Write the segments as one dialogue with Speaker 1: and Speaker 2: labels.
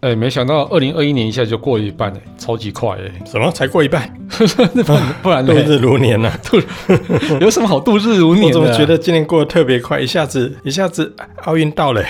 Speaker 1: 哎、没想到二零二一年一下就过一半哎、超级快 哎、
Speaker 2: 什么？才过一半，
Speaker 1: 不然呢
Speaker 2: 度？日如年啊呐、
Speaker 1: 有什么好度日如年
Speaker 2: 我
Speaker 1: 的
Speaker 2: 怎
Speaker 1: 啊、
Speaker 2: 么觉得今年过得特别快？一下子，一下子啊奥运 到了、欸。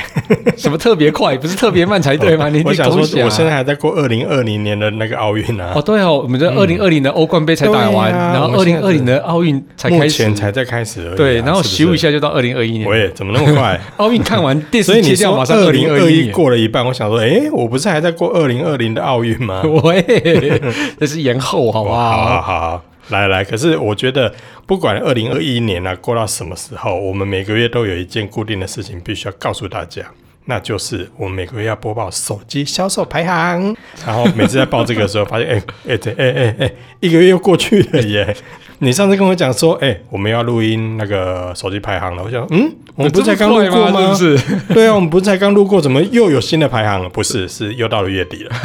Speaker 1: 什么特别快？ 不是特别慢才对吗？你
Speaker 2: 我想说，
Speaker 1: 你
Speaker 2: 我
Speaker 1: 狗血啊
Speaker 2: 现在还在过二零二零年的那个奥运啊
Speaker 1: 哦，，对哦，我们这二零二零的欧冠杯才打完，
Speaker 2: 对啊
Speaker 1: 然后
Speaker 2: 我
Speaker 1: 二
Speaker 2: 们
Speaker 1: 零
Speaker 2: 现
Speaker 1: 二
Speaker 2: 在
Speaker 1: 零的奥运才
Speaker 2: 目
Speaker 1: 开始
Speaker 2: 前，才在开始而已啊、
Speaker 1: 对，然后
Speaker 2: 是不
Speaker 1: 咻一，
Speaker 2: 是
Speaker 1: 下就到二零二一年。
Speaker 2: 喂，怎么那么快？
Speaker 1: 奥运看完电
Speaker 2: 所
Speaker 1: 视
Speaker 2: 以你
Speaker 1: 切掉，
Speaker 2: 说
Speaker 1: 马上
Speaker 2: 二
Speaker 1: 零
Speaker 2: 零
Speaker 1: 二
Speaker 2: 二一。过了一半，我想说，诶，我不是还在过二零二零的奥运吗？
Speaker 1: 喂， 这是延后，好不
Speaker 2: 好好
Speaker 1: 好？
Speaker 2: 好，来来，可是我觉得不管二零二一年啊过到什么时候，我们每个月都有一件固定的事情必须要告诉大家。那就是我们每个月要播报手机销售排行，然后每次在报这个的时候，发现哎哎对哎哎哎，一个月又过去了耶！你上次跟我讲说，哎、我们要录音那个手机排行了，我想，嗯，我们不是才刚录
Speaker 1: 这么快
Speaker 2: 过
Speaker 1: 吗？是不是？
Speaker 2: 对啊，我们不是才刚路过，怎么又有新的排行了？不是，是又到了月底了，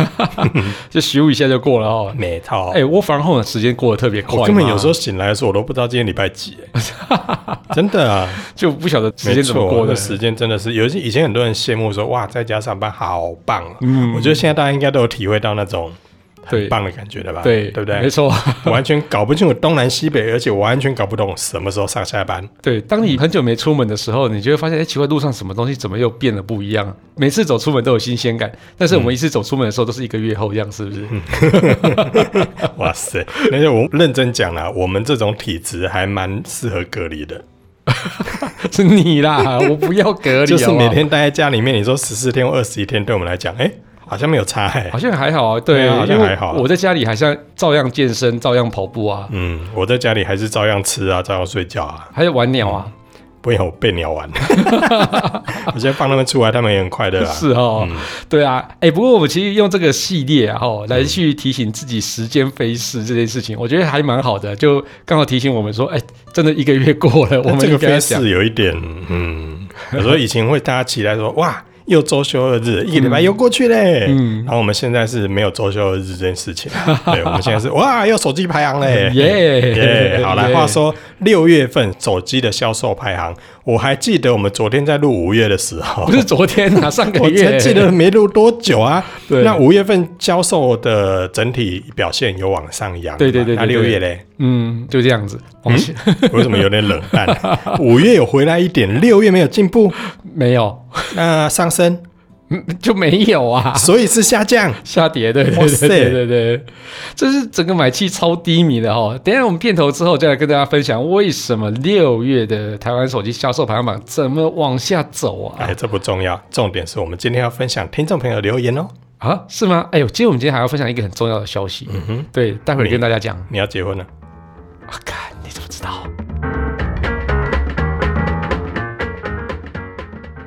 Speaker 1: 就咻一下就过了哦。
Speaker 2: 没套。
Speaker 1: 哎，我反后的时间过得特别快嘛，
Speaker 2: 我根本有时候醒来的时候，我都不知道今天礼拜几、 哎真的啊，
Speaker 1: 就不晓得时
Speaker 2: 没
Speaker 1: 间怎么
Speaker 2: 错，
Speaker 1: 过
Speaker 2: 我
Speaker 1: 的
Speaker 2: 的。时间真的是，有些以前很多人羡慕说，哇，在家上班好棒、啊。嗯，我觉得现在大家应该都有体会到那种
Speaker 1: 对
Speaker 2: 很棒的感觉了吧？
Speaker 1: 对
Speaker 2: 对不对？
Speaker 1: 没错，
Speaker 2: 我 完全搞不清楚东南西北，而且我完全搞不懂什么时候上 下班。
Speaker 1: 对，当你很久没出门的时候，你就会发现，哎，奇怪，路上什么东西怎么又变得不一样？每次走出门都有新鲜感，但是我们一次走出门的时候都是一个月后，这样是不是？
Speaker 2: 嗯哇塞！那就我认真讲啦，我们这种体质还蛮适合隔离的。
Speaker 1: 是你啦，我不要隔离，
Speaker 2: 就是
Speaker 1: 好不好
Speaker 2: 每天待在家里面，你说十四天或二十一天，对我们来讲，哎、好像没有差、欸
Speaker 1: 好。像还好啊，对，
Speaker 2: 对啊好像
Speaker 1: 因为
Speaker 2: 还好啊
Speaker 1: 我在家里还像照样健身，照样跑步啊，
Speaker 2: 嗯，我在家里还是照样吃啊，照样睡觉啊，
Speaker 1: 还有玩鸟啊，
Speaker 2: 不然我被 鸟玩。我现在放他们出来，他们也很快乐啊。
Speaker 1: 是哦，对啊，哎、不过我们其实用这个系列啊，哦，来去提醒自己时间飞逝这件事情，我觉得还蛮好的，就刚好提醒我们说，哎、真的一个月过了，我们
Speaker 2: 但哎这个
Speaker 1: 应该要
Speaker 2: 飞
Speaker 1: 想
Speaker 2: 是有一点，嗯，有时候以前会大家期待说，哇，又周休二日，一个礼拜又过去嘞。嗯，然后我们现在是没有周休二日这件事情，啊对，我们现在是 哇，又手机排行嘞，
Speaker 1: 耶
Speaker 2: 耶、好啦，
Speaker 1: 耶
Speaker 2: 话说六月份手机的销售排行，我还记得我们昨天在录五月的时候
Speaker 1: 不，是昨天啊，上个
Speaker 2: 我
Speaker 1: 月
Speaker 2: 才记得没录多久啊。
Speaker 1: 对
Speaker 2: 那五月份销售的整体表现有往上扬嘛，
Speaker 1: 对对对对
Speaker 2: 那六月嘞，
Speaker 1: 嗯，就这样子，嗯、
Speaker 2: 为什么有点冷淡？啊五月有回来一点，六月没有 进步，
Speaker 1: 没有，
Speaker 2: 那上升，
Speaker 1: 嗯就没有啊，
Speaker 2: 所以是下降。
Speaker 1: 下跌，对对
Speaker 2: 哇
Speaker 1: 对
Speaker 2: 塞
Speaker 1: 对对对，这是整个买气超低迷的哈。等一下我们片头之后再来跟大家分享为什么六月的台湾手机销售排行榜怎么往下走啊？
Speaker 2: 哎，这不重要，重点是我们今天要分享听众朋友留言哦。
Speaker 1: 啊，是吗？哎呦，今天我们今天还要分享一个很重要的消息，
Speaker 2: 嗯哼，
Speaker 1: 对，待会儿跟大家讲。
Speaker 2: 你要结婚了？
Speaker 1: 啊，看你怎么知道？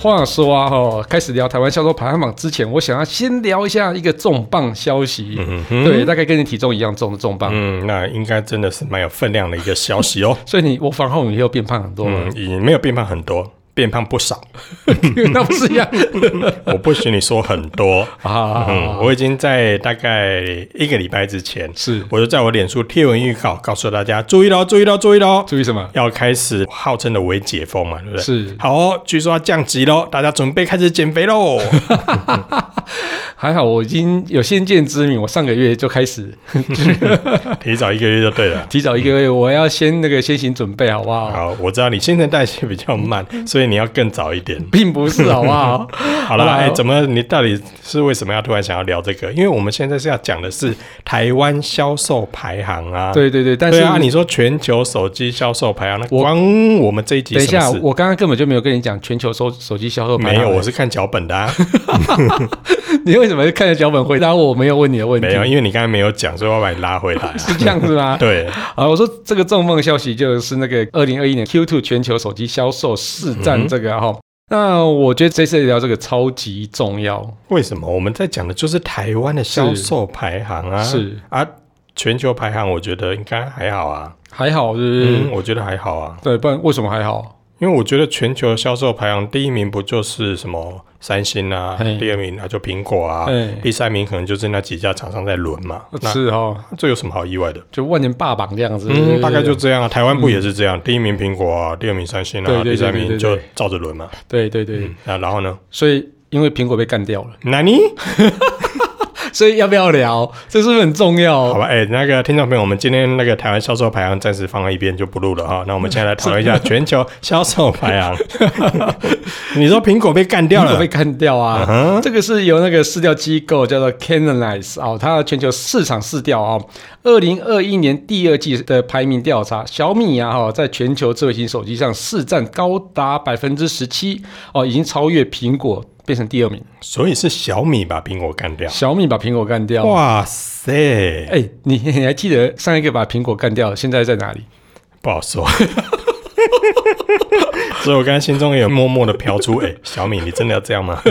Speaker 1: 话说啊，哦，开始聊台湾销售排行榜之前，我想要先聊一下一个重磅消息。
Speaker 2: 嗯哼
Speaker 1: 对，大概跟你体重一样重的重磅，
Speaker 2: 嗯，那应该真的是蛮有分量的一个消 息哦。
Speaker 1: 所以你我防后以后变胖很多了
Speaker 2: 嗯，，也没有变胖很多，变胖不少。嗯
Speaker 1: 那不是 一样
Speaker 2: 我不许你说很多。嗯，
Speaker 1: 啊？
Speaker 2: 我已经在大概一个礼拜之前，
Speaker 1: 是
Speaker 2: 我就在我脸书贴文预告，告诉大家注意喽，注意喽，注意喽，
Speaker 1: 注意什么？
Speaker 2: 要开始号称的微解封嘛，对不对？
Speaker 1: 是
Speaker 2: 好哦，据说要降级喽，大家准备开始减肥 喽。
Speaker 1: 还好我已经有先见之明，我上个月就开始
Speaker 2: 提早一个月就对了。
Speaker 1: 提早一个月，我要先那个先行准备，好不好？
Speaker 2: 好，我知道你新陈代谢比较慢，所以你要更早一点。
Speaker 1: 并不是，好不 好？
Speaker 2: 好了，
Speaker 1: 好啦
Speaker 2: 哎、怎么你到底是为什么要突然想要聊这个？因为我们现在是要讲的是台湾销售排行啊。。
Speaker 1: 对对对，但是
Speaker 2: 对啊，你说全球手机销售排行，那
Speaker 1: 我
Speaker 2: 光我们这一集
Speaker 1: 等一
Speaker 2: 什么
Speaker 1: 下，
Speaker 2: 事？
Speaker 1: 我刚刚根本就没有跟你讲全球手手机销售排
Speaker 2: 没
Speaker 1: 行
Speaker 2: 有，我是看脚本 的、啊，
Speaker 1: 你为什么看着脚本回答我？我没有问你的问题，
Speaker 2: 没有，因为你刚才没有讲，所以我把你拉回来、啊。
Speaker 1: 是这样子吗？
Speaker 2: 对，
Speaker 1: 啊，我说
Speaker 2: 嗯
Speaker 1: 这个重磅消息就是那个二零二一年 Q2 全球手机销售市占这个哈、那我觉得这次聊这个超级重要，
Speaker 2: 为什么？我们在讲的就是台湾的销售排行啊，
Speaker 1: 是
Speaker 2: 啊，全球排行我觉得应该还好啊，
Speaker 1: 还好是不是？
Speaker 2: 嗯，我觉得还好啊，
Speaker 1: 对，不然为什么还好？
Speaker 2: 因为我觉得全球销售排行第一名不就是什么三星啊
Speaker 1: 嘿，
Speaker 2: 第二名啊就苹果啊，
Speaker 1: 哎、
Speaker 2: 第三名可能就是那几家厂商在轮嘛，那
Speaker 1: 是哦，
Speaker 2: 这有什么好意外的？
Speaker 1: 就万年霸榜这样子，
Speaker 2: 嗯，大概
Speaker 1: 对
Speaker 2: 就这样啊。台湾不也是这样？第一名苹果啊，第二名三星
Speaker 1: 对
Speaker 2: 啊，
Speaker 1: 对对
Speaker 2: 第三
Speaker 1: 对
Speaker 2: 名
Speaker 1: 对
Speaker 2: 就
Speaker 1: 对
Speaker 2: 照着轮嘛。
Speaker 1: 对对对，
Speaker 2: 嗯，那然后呢？
Speaker 1: 所以因为苹果被干掉了，
Speaker 2: 那你
Speaker 1: 所以要不要聊？这是不是很重
Speaker 2: 好
Speaker 1: 要？
Speaker 2: 吧，哎、那个听众朋友，我们今天那个台湾销售排行暂时放到一边就不录了哈。那我们现在来讨论一下全球销售 排行。你说苹果被干掉
Speaker 1: 苹果
Speaker 2: 了
Speaker 1: 被，干掉啊！
Speaker 2: 嗯
Speaker 1: 这个是由那个市调机构叫做 Canalys 哦，它的全球市场市调哦，二零二一年第二季的排名调查，小米啊哈、哦，在全球智慧型手机上市占高达百分之十七哦，已经超越苹果，变成第二名。
Speaker 2: 所以是小米把苹果干掉。
Speaker 1: 小米把苹果干掉，
Speaker 2: 哇塞，
Speaker 1: 哎、你你还记得上一个把苹果干掉，现在在哪里？
Speaker 2: 不好说。 所以我刚才心中也有默默的飘 出，哎、小米，你真的要这样吗？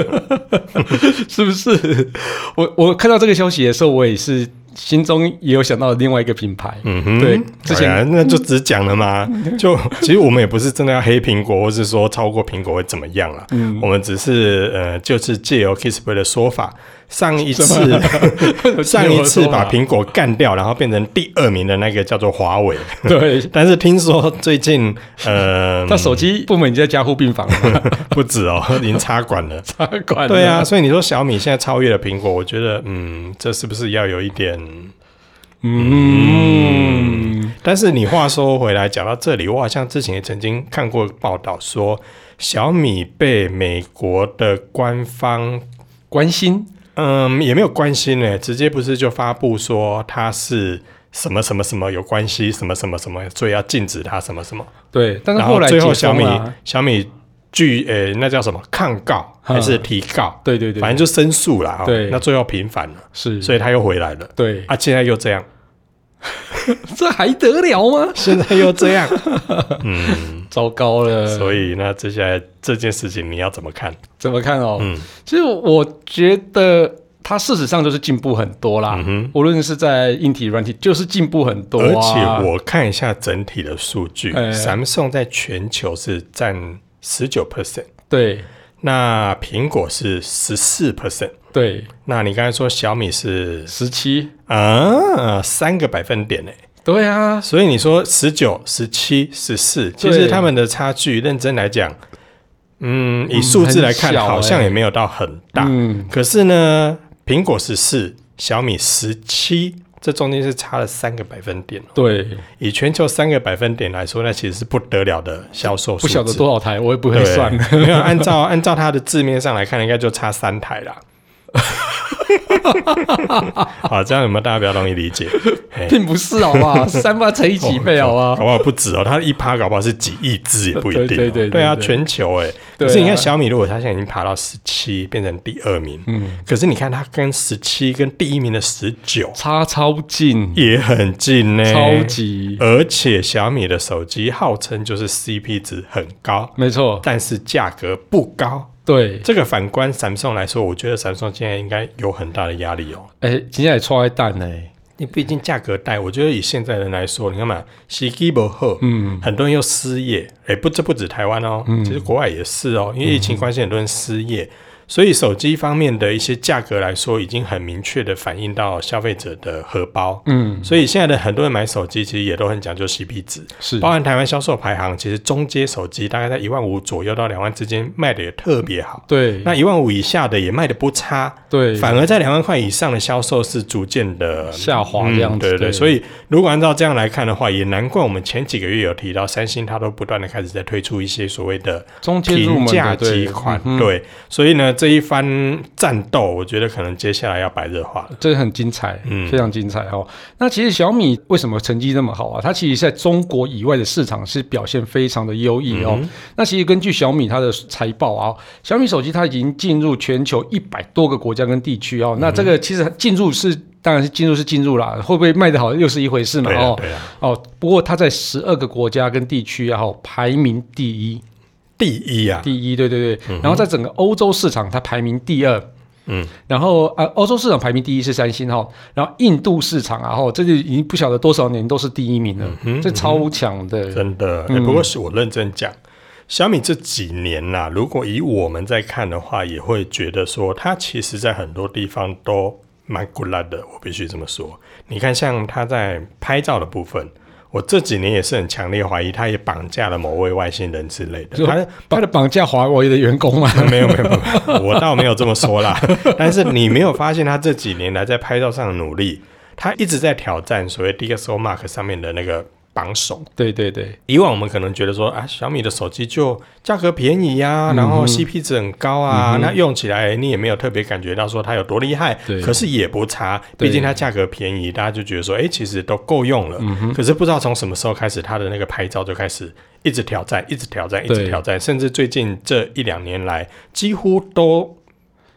Speaker 1: 是不是？ 我我看到这个消息的时候，我也是心中也有想到另外一个品牌，
Speaker 2: 嗯哼，
Speaker 1: 对之前
Speaker 2: 哎呀那就只讲了 嘛。就其实我们也不是真的要黑苹果，或是说超过苹果会怎么样啦。我们只是呃，就是借由 Kissplay 的说法，上一 次 上一次把苹果干掉，然后变成第二名的那个叫做华 为。
Speaker 1: 对。
Speaker 2: 但是听说最近 呃
Speaker 1: 他，手机部门已经在加护病房了，
Speaker 2: 不止哦，已经插管了。
Speaker 1: 插管了
Speaker 2: 对啊，，所以你说小米现在超越了苹果，我觉得嗯，这是不是要有一点？
Speaker 1: 嗯，
Speaker 2: 但是你话说回来，讲到这里，我好像之前也曾经看过报道说，小米被美国的官方，
Speaker 1: 关心
Speaker 2: 嗯，也没有关心呢、直接不是就发布说它是什么什么什么有关系，什么什么什么，所以要禁止它什么什么。
Speaker 1: 对，但是
Speaker 2: 然后
Speaker 1: 来
Speaker 2: 最后
Speaker 1: 解
Speaker 2: 小
Speaker 1: 封
Speaker 2: 米
Speaker 1: 了啊
Speaker 2: 小米据呃、那叫什么抗告还是提告，
Speaker 1: 对对对，
Speaker 2: 反正就申诉啦、哦。
Speaker 1: 对
Speaker 2: 那最后平反了，
Speaker 1: 是，
Speaker 2: 所以他又回来了。
Speaker 1: 对，
Speaker 2: 啊，现在又这样，
Speaker 1: 这还得了吗？
Speaker 2: 现在又这样， 嗯。
Speaker 1: 糟糕了，
Speaker 2: 所以那接下来这件事情你要怎么看？
Speaker 1: 怎么看哦？
Speaker 2: 嗯
Speaker 1: 其实我觉得它事实上就是进步很多啦，
Speaker 2: 嗯哼，
Speaker 1: 无论是在硬体、软体，就是进步很多、啊。
Speaker 2: 而且我看一下整体的数据、
Speaker 1: 哎
Speaker 2: s a m s u n g 在全球是占十九 percent，
Speaker 1: 对
Speaker 2: 那苹果是十四 percent，
Speaker 1: 对，
Speaker 2: 那你刚才说小米是
Speaker 1: 十七，
Speaker 2: 啊三个百分点呢、
Speaker 1: 对啊，
Speaker 2: 所以你说十九、十七、十四，其
Speaker 1: 对
Speaker 2: 实他们的差距，认真来讲，嗯，以数字来看，
Speaker 1: 很小
Speaker 2: 好像
Speaker 1: 哎
Speaker 2: 也没有到很大，
Speaker 1: 嗯，
Speaker 2: 可是呢，苹果十四，小米十七，这中间是差了三个百分点哦。
Speaker 1: 对，
Speaker 2: 以全球三个百分点来说，那其实是不得了的销售数
Speaker 1: 不
Speaker 2: 字。
Speaker 1: 晓得多少台，我也不会
Speaker 2: 对
Speaker 1: 算。
Speaker 2: 没有按照 按照它的字面上来看，应该就差三台 啦。好，这样有没有大家比较容易理解？嘿
Speaker 1: 并不是好不好？三八乘以几 倍好
Speaker 2: 搞
Speaker 1: 吧？
Speaker 2: 不好不止哦，它一趴搞不好是几亿只也不一定哦、
Speaker 1: 对对对对
Speaker 2: 啊，
Speaker 1: 对
Speaker 2: 全球哎、
Speaker 1: 对啊
Speaker 2: 可是你看小米，如果它现在已经爬到十七，变成第二名，嗯，可是你看它跟十七跟第一名的十九
Speaker 1: 差超近，
Speaker 2: 也很近呢、
Speaker 1: 超。级，
Speaker 2: 而且小米的手机号称就是 CP 值很高，
Speaker 1: 没错，
Speaker 2: 但是价格不高。
Speaker 1: 对。
Speaker 2: 这个反观 Samsung 来说，我觉得 Samsung 现在应该有很大的压力哦。
Speaker 1: 哎，今天也错一蛋呢。
Speaker 2: 你毕竟价格带，我觉得以现在人来说，你看嘛，洗机不好，嗯，很多人又失业，哎、不，这不止台湾哦，
Speaker 1: 嗯
Speaker 2: 其实国外也是哦，因为疫情关系，很多人失业，所以手机方面的一些价格来说，已经很明确的反映到消费者的荷包，
Speaker 1: 嗯，
Speaker 2: 所以现在的很多人买手机，其实也都很讲究 CP 值，
Speaker 1: 是
Speaker 2: 包含台湾销售排行，其实中阶手机大概在一万五左右到两万之间卖的也特别好，
Speaker 1: 对
Speaker 2: 那一万五以下的也卖的不差，
Speaker 1: 对，
Speaker 2: 反而在两万块以上的销售是逐渐的
Speaker 1: 下滑这样子
Speaker 2: 嗯对对
Speaker 1: 对
Speaker 2: 对，所以如果按照这样来看的话，也难怪我们前几个月有提到三星，它都不断的开始在推出一些所谓的
Speaker 1: 中间入
Speaker 2: 平
Speaker 1: 门
Speaker 2: 价
Speaker 1: 的
Speaker 2: 机
Speaker 1: 对
Speaker 2: 款，
Speaker 1: 嗯哼
Speaker 2: 对，所以呢这一番战斗，我觉得可能接下来要白热化了。
Speaker 1: 这很精彩，
Speaker 2: 嗯
Speaker 1: 非常精彩哦。那其实小米为什么成绩那么好啊？它其实在中国以外的市场是表现非常的优异
Speaker 2: 嗯
Speaker 1: 哦。那其实根据小米它的财报啊，小米手机它已经进入全球一百多个国家跟地区
Speaker 2: 嗯
Speaker 1: 哦。那这个其实进入是。当然是进入是进入啦，会不会卖得好又是一回事嘛
Speaker 2: 对啊
Speaker 1: 哦
Speaker 2: 对啊，
Speaker 1: 哦，不过它在十二个国家跟地区啊，哦排名第一，
Speaker 2: 第一啊，
Speaker 1: 第一，对对对，然后在整个欧洲市场它排名第二。
Speaker 2: 嗯，
Speaker 1: 然后呃，欧洲市场排名第一是三星哈，然后印度市场啊，哈，这就已经不晓得多少年都是第一
Speaker 2: 嗯
Speaker 1: 名了，这超强的，
Speaker 2: 真的。欸不过是我认真讲，小米这几年呐、如果以我们在看的话，也会觉得说，它其实在很多地方都蛮古辣的。我必须这么说。你看，像它在拍照的部分。我这几年也是很强烈怀疑，它也绑架了某位外星人之类的。它
Speaker 1: 他的绑架华为的员工嘛，
Speaker 2: 没有没有没有，我倒没有这么说啦。但是你没有发现他这几年来在拍照上的努力，他一直在挑战所谓 DxO Mark 上面的那个榜首。
Speaker 1: 对对对，
Speaker 2: 以往我们可能觉得说啊，小米的手机就价格便宜呀、
Speaker 1: 嗯
Speaker 2: 然后 CP 值很高啊，那用起来你也没有特别感觉到说它有多厉害
Speaker 1: 对，
Speaker 2: 可是也不差，
Speaker 1: 对
Speaker 2: 毕竟它价格便宜，大家就觉得说，哎，其实都够用了。
Speaker 1: 嗯
Speaker 2: 可是不知道从什么时候开始，它的那个拍照就开始一直挑战，一直挑战，一
Speaker 1: 对
Speaker 2: 直挑战，甚至最近这一两年来，几乎都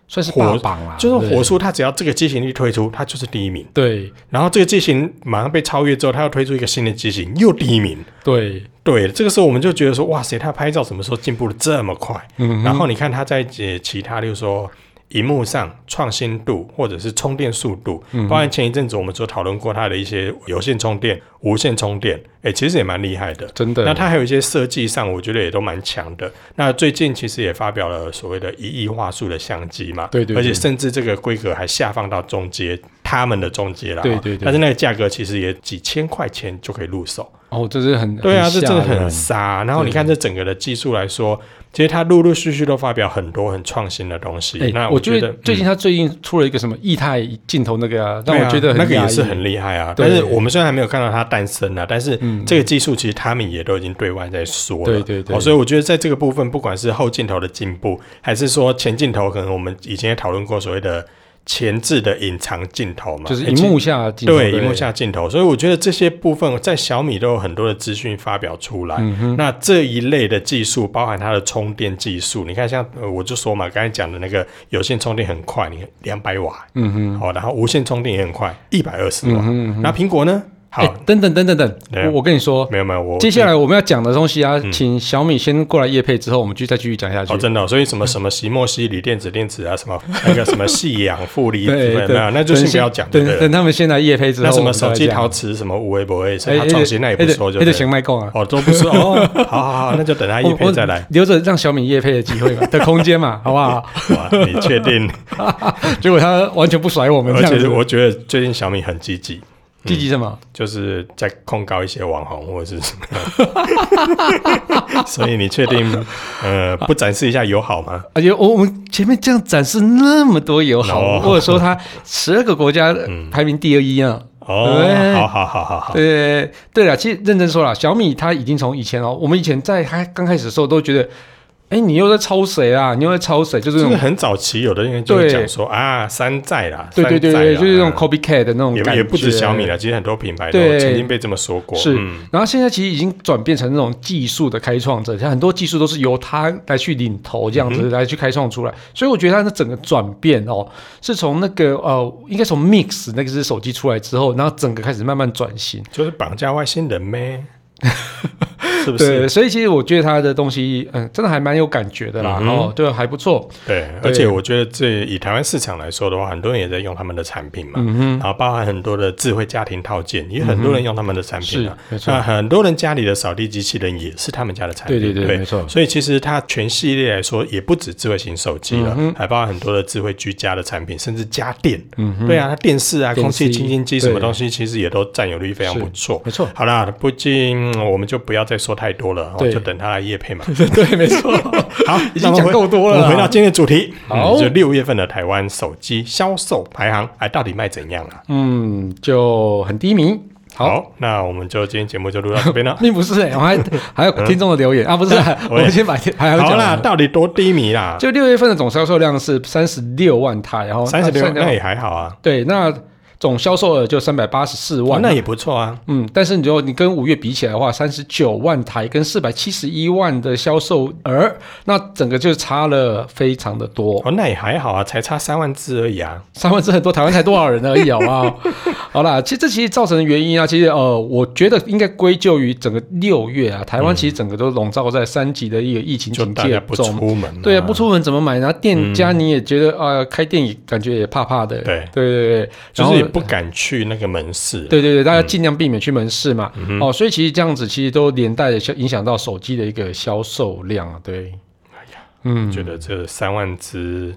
Speaker 1: 算是
Speaker 2: 火
Speaker 1: 大榜啦，
Speaker 2: 就是火速，它只要这个机型一推出，它就是第一名。
Speaker 1: 对
Speaker 2: 然后这个机型马上被超越之后，它又推出一个新的机型，又第一名。
Speaker 1: 对
Speaker 2: 对，这个时候我们就觉得说，哇塞，他拍照什么时候进步的这么快？
Speaker 1: 嗯
Speaker 2: 然后你看他在呃其他，例如说荧幕上创新度或者是充电速度，
Speaker 1: 嗯
Speaker 2: 包含前一阵子我们所讨论过它的一些有线充电、无线充电，哎，其实也蛮厉害的。
Speaker 1: 真的
Speaker 2: 那它还有一些设计上，我觉得也都蛮强的。那最近其实也发表了所谓的一亿画素的相机嘛，
Speaker 1: 对对对
Speaker 2: 而且甚至这个规格还下放到中阶，他们的中阶了啊，
Speaker 1: 对对对
Speaker 2: 但是那个价格其实也几千块钱就可以入手。
Speaker 1: 哦，这是很
Speaker 2: 对啊，
Speaker 1: 很
Speaker 2: 这真的
Speaker 1: 吓人
Speaker 2: 很傻。然后你看这整个的技术来说，其实它陆陆续续都发表很多很创新的东西。
Speaker 1: 哎、
Speaker 2: 那
Speaker 1: 我
Speaker 2: 觉
Speaker 1: 得
Speaker 2: 得嗯
Speaker 1: 最近他最近出了一个什么液态镜头那个、啊，让
Speaker 2: 对
Speaker 1: 我觉得
Speaker 2: 啊、
Speaker 1: 很、
Speaker 2: 那个也是很。厉害啊。
Speaker 1: 对
Speaker 2: 但是我们虽然还没有看到它诞生啊，但是这个技术其实他们也都已经对外在说了。
Speaker 1: 对对对
Speaker 2: 哦所以我觉得在这个部分，不管是后镜头的进步，还是说前镜头，可能我们以前也讨论过所谓的前置的隐藏镜头嘛，
Speaker 1: 就是
Speaker 2: 哎
Speaker 1: 荧
Speaker 2: 其
Speaker 1: 幕下的镜头，
Speaker 2: 对，荧幕下镜头，所以我觉得这些部分在小米都有很多的资讯发表出来。
Speaker 1: 嗯
Speaker 2: 那这一类的技术，包含它的充电技术，你看像、呃我就说嘛，刚才讲的那个有线充电很快，你看两百瓦，嗯哼，好、然后无线充电也很快，一百二
Speaker 1: 嗯
Speaker 2: 十瓦。那苹果呢？好，
Speaker 1: 哎，等等等等等，
Speaker 2: 对啊
Speaker 1: 我我跟你说，
Speaker 2: 没有没有，我
Speaker 1: 接下来我们要讲的东西啊，请小米先过来夜配，之后我们就再继续讲下去
Speaker 2: 哦，。真的哦、所以什么什么席莫西锂电子电子啊， 什么那个什么细氧负离子，有没有？那就
Speaker 1: 等
Speaker 2: 先不
Speaker 1: 先
Speaker 2: 要讲，对
Speaker 1: 等
Speaker 2: 不对
Speaker 1: 等？他们先来夜配之后，
Speaker 2: 那什
Speaker 1: 我
Speaker 2: 么
Speaker 1: 们再
Speaker 2: 手
Speaker 1: 来
Speaker 2: 机
Speaker 1: 讲
Speaker 2: 陶瓷什么无微不微，所
Speaker 1: 哎，
Speaker 2: 以它创新那也不说，就
Speaker 1: 哎，
Speaker 2: 对
Speaker 1: 得
Speaker 2: 了
Speaker 1: 行麦购啊。
Speaker 2: 哦，都不 是哦，好好好，那就等他一
Speaker 1: 我
Speaker 2: 配再来。，
Speaker 1: 我留着让小米夜配的机会嘛，的空间嘛，好不好？
Speaker 2: 哇，你确定？
Speaker 1: 结果他完全不甩我们，这
Speaker 2: 而
Speaker 1: 样
Speaker 2: 且
Speaker 1: 子。
Speaker 2: 我觉得最近小米很积极，
Speaker 1: 积极什么？
Speaker 2: 就是在控告一些网红或者是什 么，所以你确定呃不展示一下友好吗？
Speaker 1: 而且我我们前面这样展示那么多友好，
Speaker 2: 哦
Speaker 1: 或者说他十二个国家排名第二一啊。对
Speaker 2: 哦，好好好好好，
Speaker 1: 对对了，其实认真说了，小米它已经从以前哦，我们以前在它刚开始的时候都觉得，哎，你又在抄谁啊？你又在抄谁？就是那
Speaker 2: 就
Speaker 1: 种
Speaker 2: 是很早期有的人就会
Speaker 1: 对
Speaker 2: 讲说啊山寨啦，
Speaker 1: 对对对
Speaker 2: 山寨
Speaker 1: 对，
Speaker 2: 啦
Speaker 1: 就是那种
Speaker 2: 嗯
Speaker 1: copycat 的那种感觉，
Speaker 2: 也也不止小米。了，其实很多品牌都
Speaker 1: 对
Speaker 2: 曾经被这么说过。
Speaker 1: 是
Speaker 2: 嗯，
Speaker 1: 然后现在其实已经转变成那种技术的开创者，像很多技术都是由他来去领头这样
Speaker 2: 嗯
Speaker 1: 子、来去开创出来，所以我觉得它的整个转变哦，是从那个呃，应该从 Mix 那个只手机出来之后，然后整个开始慢慢转型。
Speaker 2: 就是绑架外星人呗， 是不是
Speaker 1: 对，？所以其实我觉得它的东西，嗯，真的还蛮有感觉的啦，
Speaker 2: 嗯哼
Speaker 1: 哦，对，还不 错。
Speaker 2: 对，
Speaker 1: 对
Speaker 2: 而且我觉得这以台湾市场来说的话，很多人也在用他们的产品嘛，
Speaker 1: 嗯
Speaker 2: 然后包含很多的智慧家庭套件，也很多人用他们的产品啊。
Speaker 1: 是没错
Speaker 2: 那很多人家里的扫地机器人也是他们家的产
Speaker 1: 对
Speaker 2: 品，啊
Speaker 1: 对对没错
Speaker 2: 所以其实它全系列来说，也不止智慧型手机了，
Speaker 1: 嗯
Speaker 2: 还包含很多的智慧居家的产品，甚至家电。对啊，它电视啊、
Speaker 1: 嗯电
Speaker 2: 空气
Speaker 1: 器
Speaker 2: 清新机什么
Speaker 1: 对
Speaker 2: 东西，其实也都占有率非常
Speaker 1: 是
Speaker 2: 不错。
Speaker 1: 没错
Speaker 2: 好啦，不仅嗯我们就不要再说太多了，哦
Speaker 1: 对
Speaker 2: 就等它来夜配嘛。
Speaker 1: 对，没错。
Speaker 2: 好，
Speaker 1: 已经讲够多了啦
Speaker 2: 那我们回我们回到今天的主题，
Speaker 1: 好
Speaker 2: 嗯就六月份的台湾手机销售排行，哎，到底卖怎样啊？
Speaker 1: 嗯，就很低迷。好，
Speaker 2: 那我们就今天节目就录到这边了。
Speaker 1: 并不是、欸，我们还还有听众的留言、啊，不是啊、 我
Speaker 2: 我也
Speaker 1: 们先把天 还要
Speaker 2: 嗯好
Speaker 1: 讲
Speaker 2: 啦，
Speaker 1: 完。
Speaker 2: 到底多低迷啦？
Speaker 1: 就六月份的总销售量是三十六万台，然后
Speaker 2: 三十六，
Speaker 1: 36
Speaker 2: 那也还好啊。
Speaker 1: 对，那总销售额就三百八十四
Speaker 2: 哇，
Speaker 1: 万。
Speaker 2: 那也不错啊。
Speaker 1: 嗯，但是你就你跟五月比起来的话，三十九万台跟四百七十一万的销售额，那整个就差了非常的多，
Speaker 2: 哦，那也还好啊，才差三万字而已啊。
Speaker 1: 三万只很多，台湾才多少人而已，好不 好？好啦，其实这其实造成的原因啊，其实呃，我觉得应该归咎于整个六月啊，台湾其实整个都笼罩在三级的一个疫情
Speaker 2: 就
Speaker 1: 警
Speaker 2: 大家
Speaker 1: 戒
Speaker 2: 不
Speaker 1: 中。
Speaker 2: 出门、
Speaker 1: 对啊，不。出门怎么买？然后店家你也觉得啊、呃，开店也感觉也怕怕的。
Speaker 2: 嗯对
Speaker 1: 对对对，然
Speaker 2: 就
Speaker 1: 后
Speaker 2: 是也嗯不敢去那个门市。啊
Speaker 1: 对对对，大家尽量避免去门市嘛。
Speaker 2: 嗯
Speaker 1: 哦，所以其实这样子其实都连带的影响到手机的一个销售量啊。对，嗯，
Speaker 2: 哎觉得这三万只，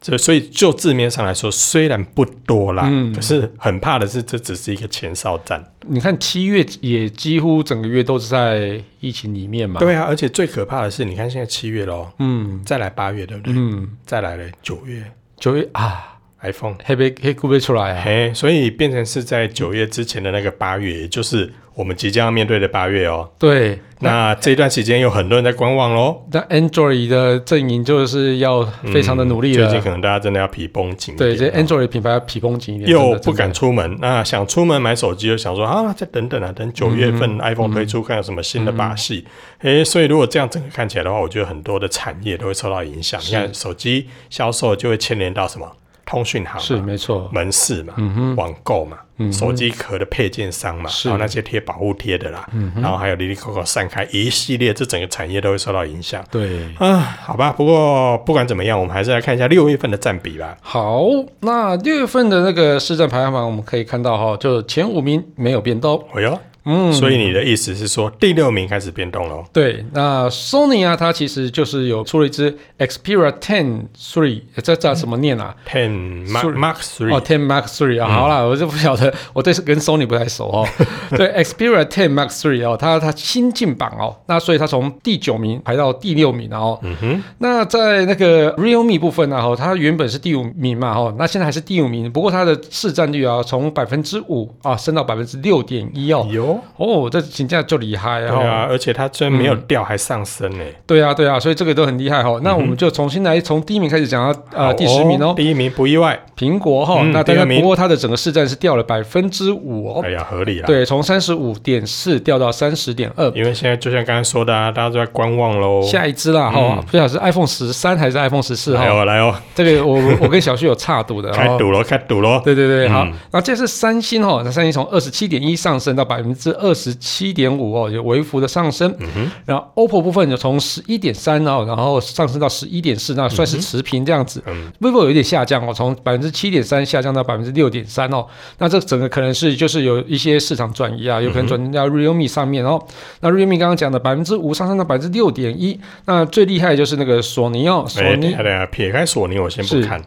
Speaker 2: 这所以就字面上来说，虽然不多啦，
Speaker 1: 嗯
Speaker 2: 可是很怕的是，这只是一个前哨战。
Speaker 1: 你看七月也几乎整个月都是在疫情里面嘛。
Speaker 2: 对啊，而且最可怕的是，你看现在七月喽，
Speaker 1: 嗯
Speaker 2: 再来八月，对不对？
Speaker 1: 嗯，
Speaker 2: 再来了九月
Speaker 1: 九月啊，
Speaker 2: iPhone，
Speaker 1: 黑杯黑咕杯出来啊。
Speaker 2: 嘿，所以变成是在九月之前的那个八月，也就是我们即将要面对的八月哦。
Speaker 1: 对，
Speaker 2: 那这一段时间有很多人在观望喽，
Speaker 1: 那 Android 的阵营就是要非常的努力
Speaker 2: 嗯最
Speaker 1: 了。
Speaker 2: 近可能大家真的要皮绷紧一点哦。
Speaker 1: 啊对，这 Android 品牌要皮绷紧一点，真
Speaker 2: 又
Speaker 1: 的
Speaker 2: 不敢。出门，那想出门买手机，又想说啊，再等等啊，等九月
Speaker 1: 嗯
Speaker 2: 份 iPhone 推出，看有什么新的把戏。诶、所以如果这样整个看起来的话，我觉得很多的产业都会受到影响。你看手机销售就会牵连到什么通讯行嘛、
Speaker 1: 真的是没错，嗯
Speaker 2: 门市嘛、网购嘛、手机壳的配件商嘛，
Speaker 1: 是嗯
Speaker 2: 然后那些贴保护贴的啦，然后还有 Lily Coco 散开一系列，这整个产业都会受到影响。
Speaker 1: 对。
Speaker 2: 啊，好吧，不过不管怎么样，我们还是来看一下六月份的占比吧。
Speaker 1: 好，那六月份的那个市政排行榜，我们可以看到哈，就前五名没有变动。
Speaker 2: 哎呦，
Speaker 1: 嗯，
Speaker 2: 所以你的意思是说第六名开始变动哦喽？
Speaker 1: 对，那 Sony 啊，它其实就是有出了一支 Xperia 10 Three，呃这叫什么念啊？
Speaker 2: Ten Mark
Speaker 1: Three
Speaker 2: Mark Three，、嗯
Speaker 1: 哦，Ten Mark Three 啊，好啦，我就不晓得， 我对跟 Sony 不太熟 哦。对，Xperia Ten Mark Three 哦，它它新进榜哦，那所以它从第九名排到第六名然后，
Speaker 2: 嗯哼，
Speaker 1: 那在那个 Realme 部分呢、哈，它原本是第五名嘛，哈，那现在还是第五名，不过它的市占率啊，从百分之五啊升到百分之六点一哦，
Speaker 2: 有，
Speaker 1: 哦，这评价就厉害
Speaker 2: 对
Speaker 1: 哈、
Speaker 2: 啊，而且它虽然没有掉，还上升呢、
Speaker 1: 对啊，对啊，所以这个都很厉害哈、那我们就重新来从第一名开始讲到
Speaker 2: 嗯好
Speaker 1: 呃第十名哦，
Speaker 2: 第一名不意外，
Speaker 1: 苹果哈、
Speaker 2: 嗯
Speaker 1: 那
Speaker 2: 第
Speaker 1: 大
Speaker 2: 二
Speaker 1: 家
Speaker 2: 名
Speaker 1: 不过它的整个市占是掉了百分之五哦，
Speaker 2: 哎呀，哎合理啦。，
Speaker 1: 对，从三十五点四掉到三十点二。
Speaker 2: 因为现在就像刚才说的啊，大家都在观望喽。
Speaker 1: 下一支啦
Speaker 2: 嗯
Speaker 1: 哈、不晓得是 iPhone 十三还是 iPhone 十四
Speaker 2: 来
Speaker 1: 哈，
Speaker 2: 哦，来哦，
Speaker 1: 这个我我跟小旭有差赌的，
Speaker 2: 开
Speaker 1: 哦。
Speaker 2: 赌喽，开赌喽。
Speaker 1: 对对对，好
Speaker 2: 嗯，
Speaker 1: 那这是三星哦，那三星从二十七点一上升到百分之二十七点五哦，有微幅的上升。
Speaker 2: 嗯哼
Speaker 1: 然后 OPPO 部分就从十一点三哦，然后上升到十一点四，那算是持平这样子。
Speaker 2: 嗯
Speaker 1: vivo 有点下降哦，从百分之七点三下降到百分之六点三哦。那这整个可能是就是有一些市场转移
Speaker 2: 嗯
Speaker 1: 啊，有可能转移到 Realme 上面哦。那 Realme 刚刚讲的百分之五上升到百分之六点一，那最厉害的就是那个索尼哦，索
Speaker 2: 哎，等一
Speaker 1: 尼、
Speaker 2: 下等一下，撇开索尼，我先不
Speaker 1: 是
Speaker 2: 看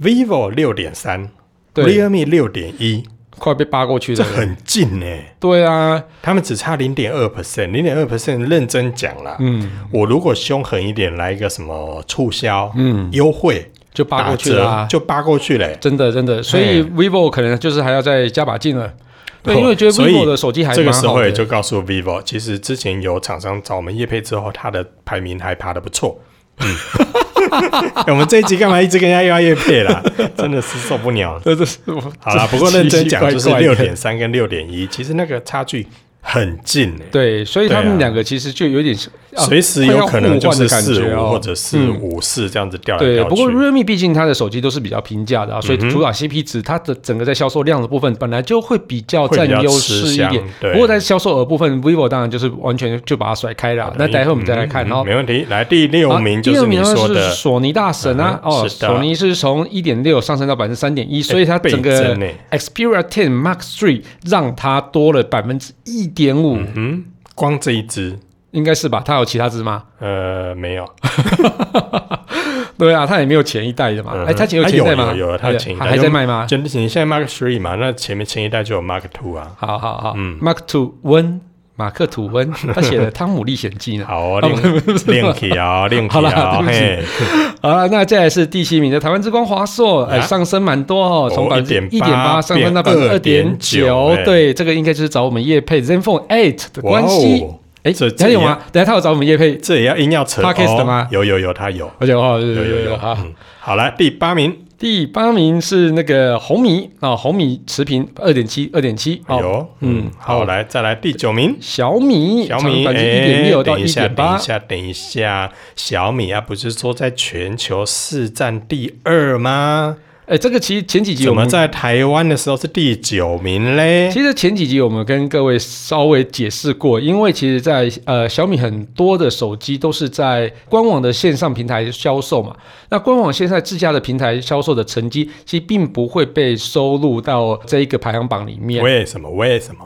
Speaker 2: ，vivo 六点三
Speaker 1: 对
Speaker 2: ，realme 六点一，
Speaker 1: 快被扒过去
Speaker 2: 哎这
Speaker 1: 了。
Speaker 2: 很近呢、
Speaker 1: 对啊，
Speaker 2: 他们只差零点二 percent，零点二 percent，认真讲啦，
Speaker 1: 嗯
Speaker 2: 我如果凶狠一点，来一个什么促销、
Speaker 1: 嗯，
Speaker 2: 优惠、
Speaker 1: 就扒
Speaker 2: 打
Speaker 1: 过去
Speaker 2: 折，
Speaker 1: 了、啊。
Speaker 2: 就扒过去嘞、
Speaker 1: 真的真的，所以 vivo 可能就是还要再加把劲了。对，
Speaker 2: 哦
Speaker 1: 因为觉得
Speaker 2: 所以
Speaker 1: vivo 的手机还
Speaker 2: 这个
Speaker 1: 蛮
Speaker 2: 时
Speaker 1: 好
Speaker 2: 候也
Speaker 1: 的。
Speaker 2: 就告诉 vivo，其实之前有厂商找我们业配之后，它的排名还爬得不错。 嗯，我们这一集干嘛一直跟人家要业配啦？真的是受不了。
Speaker 1: 这这是我
Speaker 2: 好啦，不过认真讲，就是
Speaker 1: 奇奇
Speaker 2: 六。
Speaker 1: 怪怪的
Speaker 2: 点三跟六点一，其实那个差距很近呢、
Speaker 1: 对，所以他
Speaker 2: 对啊
Speaker 1: 们两个其实就有点像啊
Speaker 2: 随时有可能就是
Speaker 1: 快要互换
Speaker 2: 四
Speaker 1: 的感觉
Speaker 2: 五
Speaker 1: 哦
Speaker 2: 或者四五四这样子掉来
Speaker 1: 对，
Speaker 2: 掉
Speaker 1: 不过
Speaker 2: 去。嗯
Speaker 1: realme 毕竟它的手机都是比较平价的啊，所以主打 CP 值，它的整个在销售量的部分本来就会比较
Speaker 2: 会
Speaker 1: 占
Speaker 2: 比较
Speaker 1: 优
Speaker 2: 吃
Speaker 1: 势一
Speaker 2: 香
Speaker 1: 点。
Speaker 2: 对
Speaker 1: 不过在销售额部分，vivo 当然就是完全就把它甩开了啊。那待会我们
Speaker 2: 嗯
Speaker 1: 再来看哦。
Speaker 2: 没问题。来，第六
Speaker 1: 好，
Speaker 2: 名
Speaker 1: 啊第
Speaker 2: 就
Speaker 1: 二
Speaker 2: 是你
Speaker 1: 名
Speaker 2: 说
Speaker 1: 是
Speaker 2: 的
Speaker 1: 索尼大神啊，
Speaker 2: 嗯哼
Speaker 1: 哦，
Speaker 2: 是的哎
Speaker 1: 索尼是从一点六上升到百分之三点一，所以它
Speaker 2: 倍
Speaker 1: 整个
Speaker 2: 增呢
Speaker 1: Xperia 10 Mark Three 让它多了百分之一点五，
Speaker 2: 嗯，光这一只，
Speaker 1: 应该是吧？它有其他只吗？
Speaker 2: 呃，没有，
Speaker 1: 对啊，它也没有前一代的嘛。哎、它有
Speaker 2: 啊
Speaker 1: 前一代吗？
Speaker 2: 有有有，它有前嗯一代
Speaker 1: 还还在卖吗？
Speaker 2: 就你现在 Mark Three 嘛，那前面前一代就有 Mark Two 啊。
Speaker 1: 好好好、m a r k 吐温，马克吐温，他写的《汤姆历险记》呢。
Speaker 2: 好哦，练练起 啊，练起
Speaker 1: 好啦
Speaker 2: 啊，
Speaker 1: 对不起
Speaker 2: 嘿，
Speaker 1: 好了，那再来是第七名的台湾之光华硕，哎、
Speaker 2: 啊
Speaker 1: 上升蛮多哦，从
Speaker 2: 哦
Speaker 1: 百分之一点
Speaker 2: 1.8
Speaker 1: 八上升到百
Speaker 2: 变
Speaker 1: 分之二点
Speaker 2: 2.9
Speaker 1: 九
Speaker 2: 哎，
Speaker 1: 对，这个应该就是找我们叶配 ZenFone 8的
Speaker 2: 哇
Speaker 1: 关系。
Speaker 2: 哦，
Speaker 1: 哎、
Speaker 2: 这
Speaker 1: 还有吗？等一下他有找我们叶配，
Speaker 2: 这也要硬要扯
Speaker 1: Podcast 的吗
Speaker 2: 哦有有有，它有，
Speaker 1: 而且哦，
Speaker 2: 有
Speaker 1: 有
Speaker 2: 有有
Speaker 1: 有，好，
Speaker 2: 嗯，好了，第八名，
Speaker 1: 第八名是那个红米啊，红米持平二点七，二点七
Speaker 2: 哎
Speaker 1: 哦。
Speaker 2: 呦，嗯，好，来再来第九名，
Speaker 1: 小米
Speaker 2: 小米，
Speaker 1: 百分之一点
Speaker 2: 哎
Speaker 1: 六到
Speaker 2: 等一
Speaker 1: 一
Speaker 2: 下，
Speaker 1: 点
Speaker 2: 等
Speaker 1: 八
Speaker 2: 一，下，等一下，小米啊，不是说在全球市占第二吗？
Speaker 1: 哎，这个其实前几集我
Speaker 2: 怎么
Speaker 1: 们
Speaker 2: 在台湾的时候是第九名嘞？
Speaker 1: 其实前几集我们跟各位稍微解释过，因为其实在，呃小米很多的手机都是在官网的线上平台销售嘛，那官网线上自家的平台销售的成绩，其实并不会被收录到这一个排行榜里面。
Speaker 2: 为什么？为什么？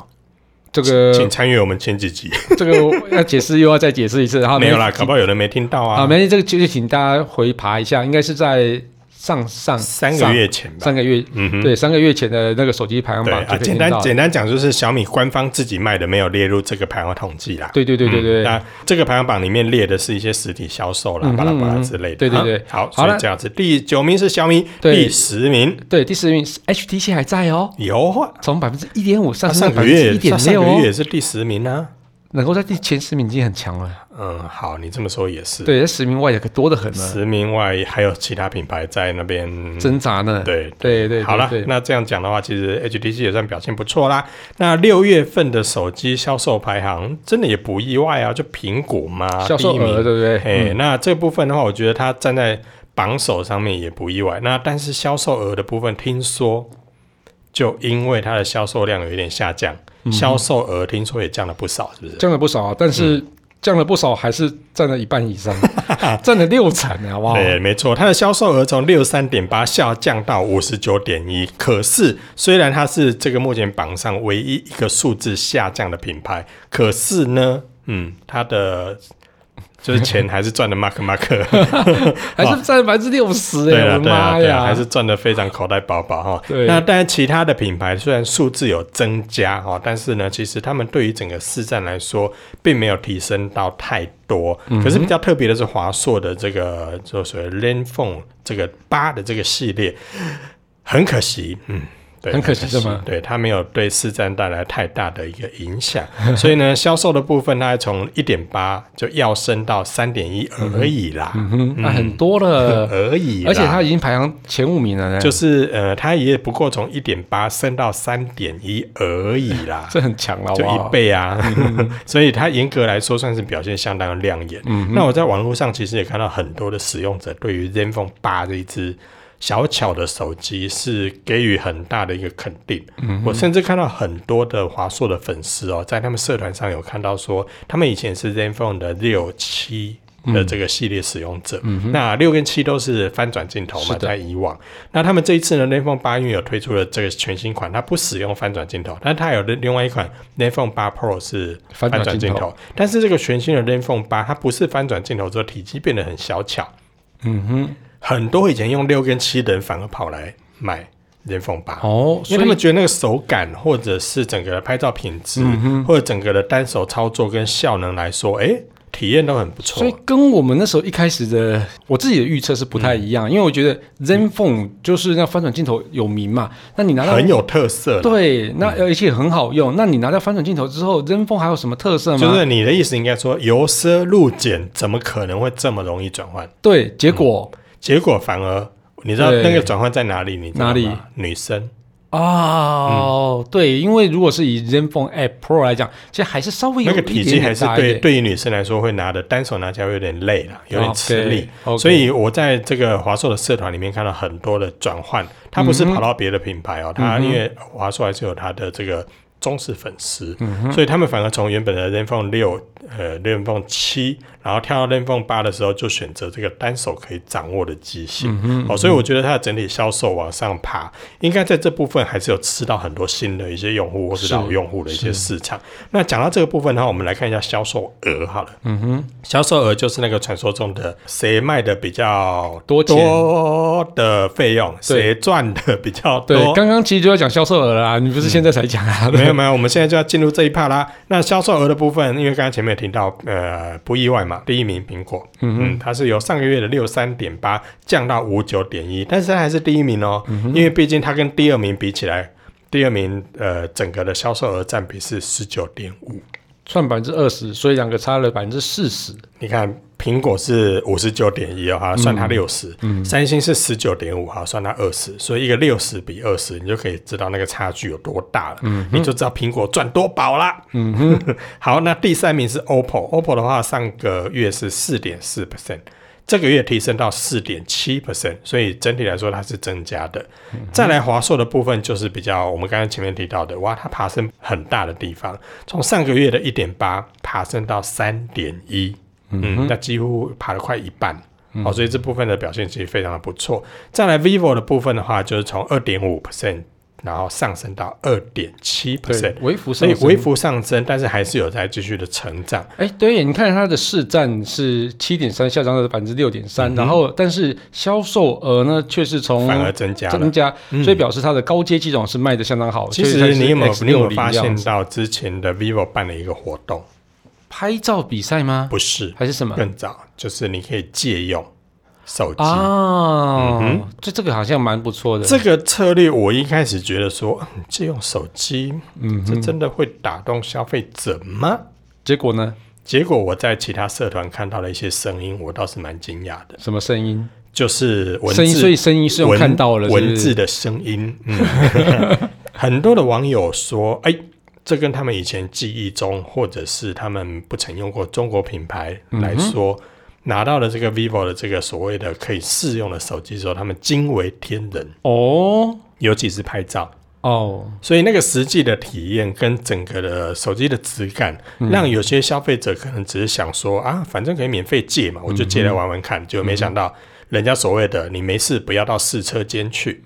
Speaker 1: 这个
Speaker 2: 请参与我们前几集。
Speaker 1: 这个我要解释又要再解释一次，然后
Speaker 2: 没有啦，搞不好有人没听到
Speaker 1: 啊，
Speaker 2: 啊。
Speaker 1: 没关系这个就请大家回爬一下，应该是在上上
Speaker 2: 三个。月前吧。
Speaker 1: 三个月，
Speaker 2: 嗯哼，
Speaker 1: 对，三个月前的那个手机排行
Speaker 2: 对
Speaker 1: 榜就
Speaker 2: 啊，
Speaker 1: 可以听
Speaker 2: 简
Speaker 1: 到
Speaker 2: 单
Speaker 1: 了。
Speaker 2: 简单讲就是小米官方自己卖的没有列入这个排行统计啦。
Speaker 1: 对对对对对。
Speaker 2: 嗯那这个排行榜里面列的是一些实体销售啦
Speaker 1: 嗯，哼
Speaker 2: 巴拉巴拉之类的。
Speaker 1: 对对
Speaker 2: 啊
Speaker 1: 对
Speaker 2: 好，
Speaker 1: 好
Speaker 2: 所
Speaker 1: 了
Speaker 2: 以这样子，第九名是小米，
Speaker 1: 对
Speaker 2: 第十名
Speaker 1: 对，第十名是 HTC 还在哦，
Speaker 2: 有啊，
Speaker 1: 从百分之一点五上升
Speaker 2: 上
Speaker 1: 到百
Speaker 2: 个
Speaker 1: 分之
Speaker 2: 月
Speaker 1: 一点
Speaker 2: 上
Speaker 1: 六
Speaker 2: 个月
Speaker 1: 哦，
Speaker 2: 也是第十名啊。
Speaker 1: 能够在第前十名已经很强了。
Speaker 2: 嗯，好，你这么说也是。
Speaker 1: 对，在十名外也可多得很呢，
Speaker 2: 十名外还有其他品牌在那边
Speaker 1: 挣扎呢。
Speaker 2: 对
Speaker 1: 对对，
Speaker 2: 好了
Speaker 1: 对，对
Speaker 2: 那这样讲的话，其实 HTC 也算表现不错啦。那六月份的手机销售排行真的也不意外啊，就苹果嘛，
Speaker 1: 销售
Speaker 2: 第一名
Speaker 1: 额对不
Speaker 2: 嘿，
Speaker 1: 对？嗯
Speaker 2: 那这部分的话，我觉得它站在榜首上面也不意外。那但是销售额的部分，听说就因为它的销售量有一点下降，销售额听说也降了不少，是不是？
Speaker 1: 降了不少啊，但是
Speaker 2: 嗯
Speaker 1: 降了不少，还是占了一半以 上，占了六成啊，好不好？
Speaker 2: 对，没错，它的销售额从六三点八下降到五十九点一。可是，虽然它是这个目前榜上唯一一个数字下降的品牌，可是呢，嗯，它的就是钱还是赚的 mark mark，
Speaker 1: 还是占百分之六十
Speaker 2: 对
Speaker 1: 哎，我
Speaker 2: 啊，
Speaker 1: 的
Speaker 2: 对啊，
Speaker 1: 妈
Speaker 2: 对啊，
Speaker 1: 呀！
Speaker 2: 还是赚的非常口袋饱饱哈。
Speaker 1: 对
Speaker 2: 那当然，其他的品牌虽然数字有增加哈，但是呢，其实他们对于整个市占来说，并没有提升到太多。
Speaker 1: 嗯
Speaker 2: 可是比较特别的是华硕的这个就所谓 Len Phone 这个八的这个系列，很可惜，嗯。对
Speaker 1: 很可惜是吗
Speaker 2: 对，它没有对市占带来太大的一个影响， 所以呢，销售的部分它从一点八就要升到三点一而已啦，
Speaker 1: 嗯，那很多 了，
Speaker 2: 而已啦，
Speaker 1: 而且它已经排行前五名了呢，，
Speaker 2: 就是呃，它也不过从一点八升到三点一而已啦
Speaker 1: 这很强了，好
Speaker 2: 就
Speaker 1: 不好嗯
Speaker 2: 一倍啊， 所以它严格来说算是表现相当亮眼。
Speaker 1: 嗯
Speaker 2: 那我在网络上其实也看到很多的使用者对于 ZenFone 八这一支小巧的手机是给予很大的一个肯定。
Speaker 1: 嗯
Speaker 2: 我甚至看到很多的华硕的粉丝哦，在他们社团上有看到说，他们以前是 ZenFone 的六七。
Speaker 1: 嗯
Speaker 2: 的这个系列使用者，那六跟七都是翻转镜头嘛，在以往，那他们这一次呢，iPhone 八因为有推出了这个全新款，它不使用翻转镜头，但它有另外一款 iPhone 八 Pro 是
Speaker 1: 翻转镜头
Speaker 2: 镜头，但是这个全新的 iPhone 八，它不是翻转镜头之后体积变得很小巧，
Speaker 1: 嗯哼，
Speaker 2: 很多以前用六跟七的人反而跑来买 iPhone 八、
Speaker 1: 哦，所
Speaker 2: 因为他
Speaker 1: 以
Speaker 2: 们觉得那个手感，或者是整个的拍照品质，
Speaker 1: 嗯
Speaker 2: 或者整个的单手操作跟效能来说，哎、体验都很不错
Speaker 1: 所以。跟我们那时候一开始的我自己的预测是不太一
Speaker 2: 嗯
Speaker 1: 样，因为我觉得 ZenFone 就是那翻转镜头有名嘛，那你拿到
Speaker 2: 很有嗯特色啦，
Speaker 1: 对，啊那而且很好用。那你拿到翻转镜头之后，ZenFone 还有什么特色吗？
Speaker 2: 就是你的意思应该说，由奢入俭怎么可能会这么容易转换？
Speaker 1: 对，结果
Speaker 2: 结果反而你知道
Speaker 1: 对
Speaker 2: 那个转换在哪里？你知道吗
Speaker 1: 哪里？
Speaker 2: 女生嗯
Speaker 1: 哦，对，因为如果是以 ZenFone App Pro 来讲，其实还是稍微有
Speaker 2: 那个
Speaker 1: 一
Speaker 2: 体
Speaker 1: 点
Speaker 2: 积
Speaker 1: 点
Speaker 2: 还是
Speaker 1: 大一
Speaker 2: 对
Speaker 1: 点，
Speaker 2: 对于女生来说会拿的单手拿起来会有点累了，有点吃力。
Speaker 1: 哦 OK，OK
Speaker 2: 所以我在这个华硕的社团里面看到很多的转换，它不是跑到别的品牌哦，它因为华硕还是有它的这个。忠实粉丝，所以他们反而从原本的 iPhone 六、呃 iPhone 七，然后跳到 iPhone 八的时候，就选择这个单手可以掌握的机型。哦，所以我觉得它的整体销售往上爬，应该在这部分还是有吃到很多新的一些用户或是老用户的一些市场。那讲到这个部分的话，我们来看一下销售额好了。嗯哼，销售额就是那个传说中的谁卖的比较
Speaker 1: 多钱
Speaker 2: 多的费用，谁赚的比较多。嗯
Speaker 1: 对，刚刚其实就要讲销售额了啦，你不是现在才讲啊？
Speaker 2: 没有没有，我们现在就要进入这一趴啦。那销售额的部分，因为刚才前面有提到，呃，不意外嘛，第一名苹果，嗯它是由上个月的六三点八降到五九点一，但是它还是第一名哦，因为毕竟它跟第二名比起来，第二名呃整个的销售额占比是十九点五，
Speaker 1: 算百分之二十，所以两个差了百分之四十。
Speaker 2: 你看苹果是五十九点一啊，算它六十、三星是十九点五，好，算它二十，所以一个六十比二十，你就可以知道那个差距有多大了，你就知道苹果赚多饱啦。嗯哼， 好，那第三名是 OPPO，OPPO 的话上个月是四点四 percent。这个月提升到四点七 percent，所以整体来说它是增加的。再来华硕的部分就是比较我们刚刚前面提到的，哇，它爬升很大的地方，从上个月的一点八爬升到三点一，嗯，那几乎爬了快一半。
Speaker 1: 嗯
Speaker 2: 好、所以这部分的表现其实非常的不错。再来 vivo 的部分的话，就是从二点五 percent，然后上升到二点七 percent，
Speaker 1: 对微幅
Speaker 2: 所
Speaker 1: 上
Speaker 2: 以
Speaker 1: 升
Speaker 2: 微幅上升，但是还是有在继续的成长。
Speaker 1: 哎，对耶，你看它的市占是七点三，下降到百分之六点三，然后但是销售额呢却是从
Speaker 2: 嗯反而增加了嗯
Speaker 1: 增加，所以表示它的高阶机种是卖的相当好。
Speaker 2: 其
Speaker 1: 所以
Speaker 2: 实
Speaker 1: 才是
Speaker 2: 你有没有
Speaker 1: X60
Speaker 2: 你有没有发
Speaker 1: 这
Speaker 2: 现
Speaker 1: 样子
Speaker 2: 到之前的 vivo 办了一个活动？
Speaker 1: 拍照比赛吗？
Speaker 2: 不是，
Speaker 1: 还是什么
Speaker 2: 更早，就是你可以借用手机。
Speaker 1: 啊？这这个好像蛮不错的。
Speaker 2: 嗯这个策略，我一开始觉得说，嗯借用手机，嗯，这真的会打动消费者吗？
Speaker 1: 结果呢？
Speaker 2: 结果我在其他社团看到了一些声音，我倒是蛮惊讶的，
Speaker 1: 什么声音？
Speaker 2: 就是文
Speaker 1: 声音，
Speaker 2: 字，
Speaker 1: 所以声音是用
Speaker 2: 文
Speaker 1: 看到了是不是
Speaker 2: 文字的声音。 嗯，很多的网友说，哎、这跟他们以前记忆中，或者是他们不曾用过中国品牌来
Speaker 1: 嗯
Speaker 2: 说，拿到了这个 vivo 的这个所谓的可以试用的手机之后，他们惊为天人，
Speaker 1: 哦
Speaker 2: 尤其是拍照。
Speaker 1: 哦，
Speaker 2: 所以那个实际的体验跟整个的手机的质感，
Speaker 1: 嗯
Speaker 2: 让有些消费者可能只是想说啊，反正可以免费借
Speaker 1: 嗯
Speaker 2: 嘛，我就借来玩玩看，就没想到人家所谓的你没事不要到试车间去，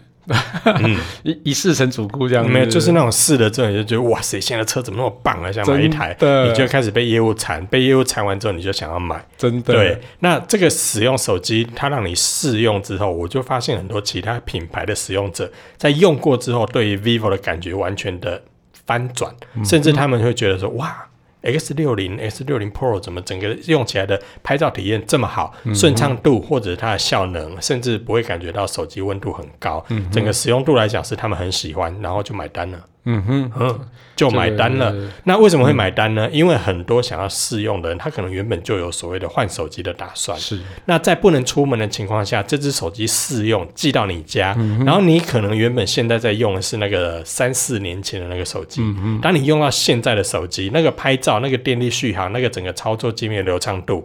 Speaker 1: 一一世成主顾这样子，
Speaker 2: 没有就是那种试了之后你就觉得哇塞，现在车怎么那么棒啊，想买一台，
Speaker 1: 真的
Speaker 2: 你就开始被业务缠，被业务缠完之后你就想要买。
Speaker 1: 真的
Speaker 2: 对，那这个使用手机，它让你试用之后，我就发现很多其他品牌的使用者在用过之后，对于 vivo 的感觉完全的翻转，甚至他们会觉得说，哇。X 六零、X 六零 Pro 怎么整个用起来的拍照体验这么好，顺畅度或者它的效能，甚至不会感觉到手机温度很高，整个使用度来讲是他们很喜欢，然后就买单了。
Speaker 1: 嗯哼，
Speaker 2: 嗯，就买单了
Speaker 1: 这个。
Speaker 2: 那为什么会买单呢？因为很多想要试用的人，他可能原本就有所谓的换手机的打算。
Speaker 1: 是
Speaker 2: 那在不能出门的情况下，这只手机试用寄到你家，
Speaker 1: 嗯
Speaker 2: 然后你可能原本现在在用的是那个三四年前的那个手机，
Speaker 1: 嗯
Speaker 2: 当你用到现在的手机，那个拍照、那个电力续航、那个整个操作界面流畅度。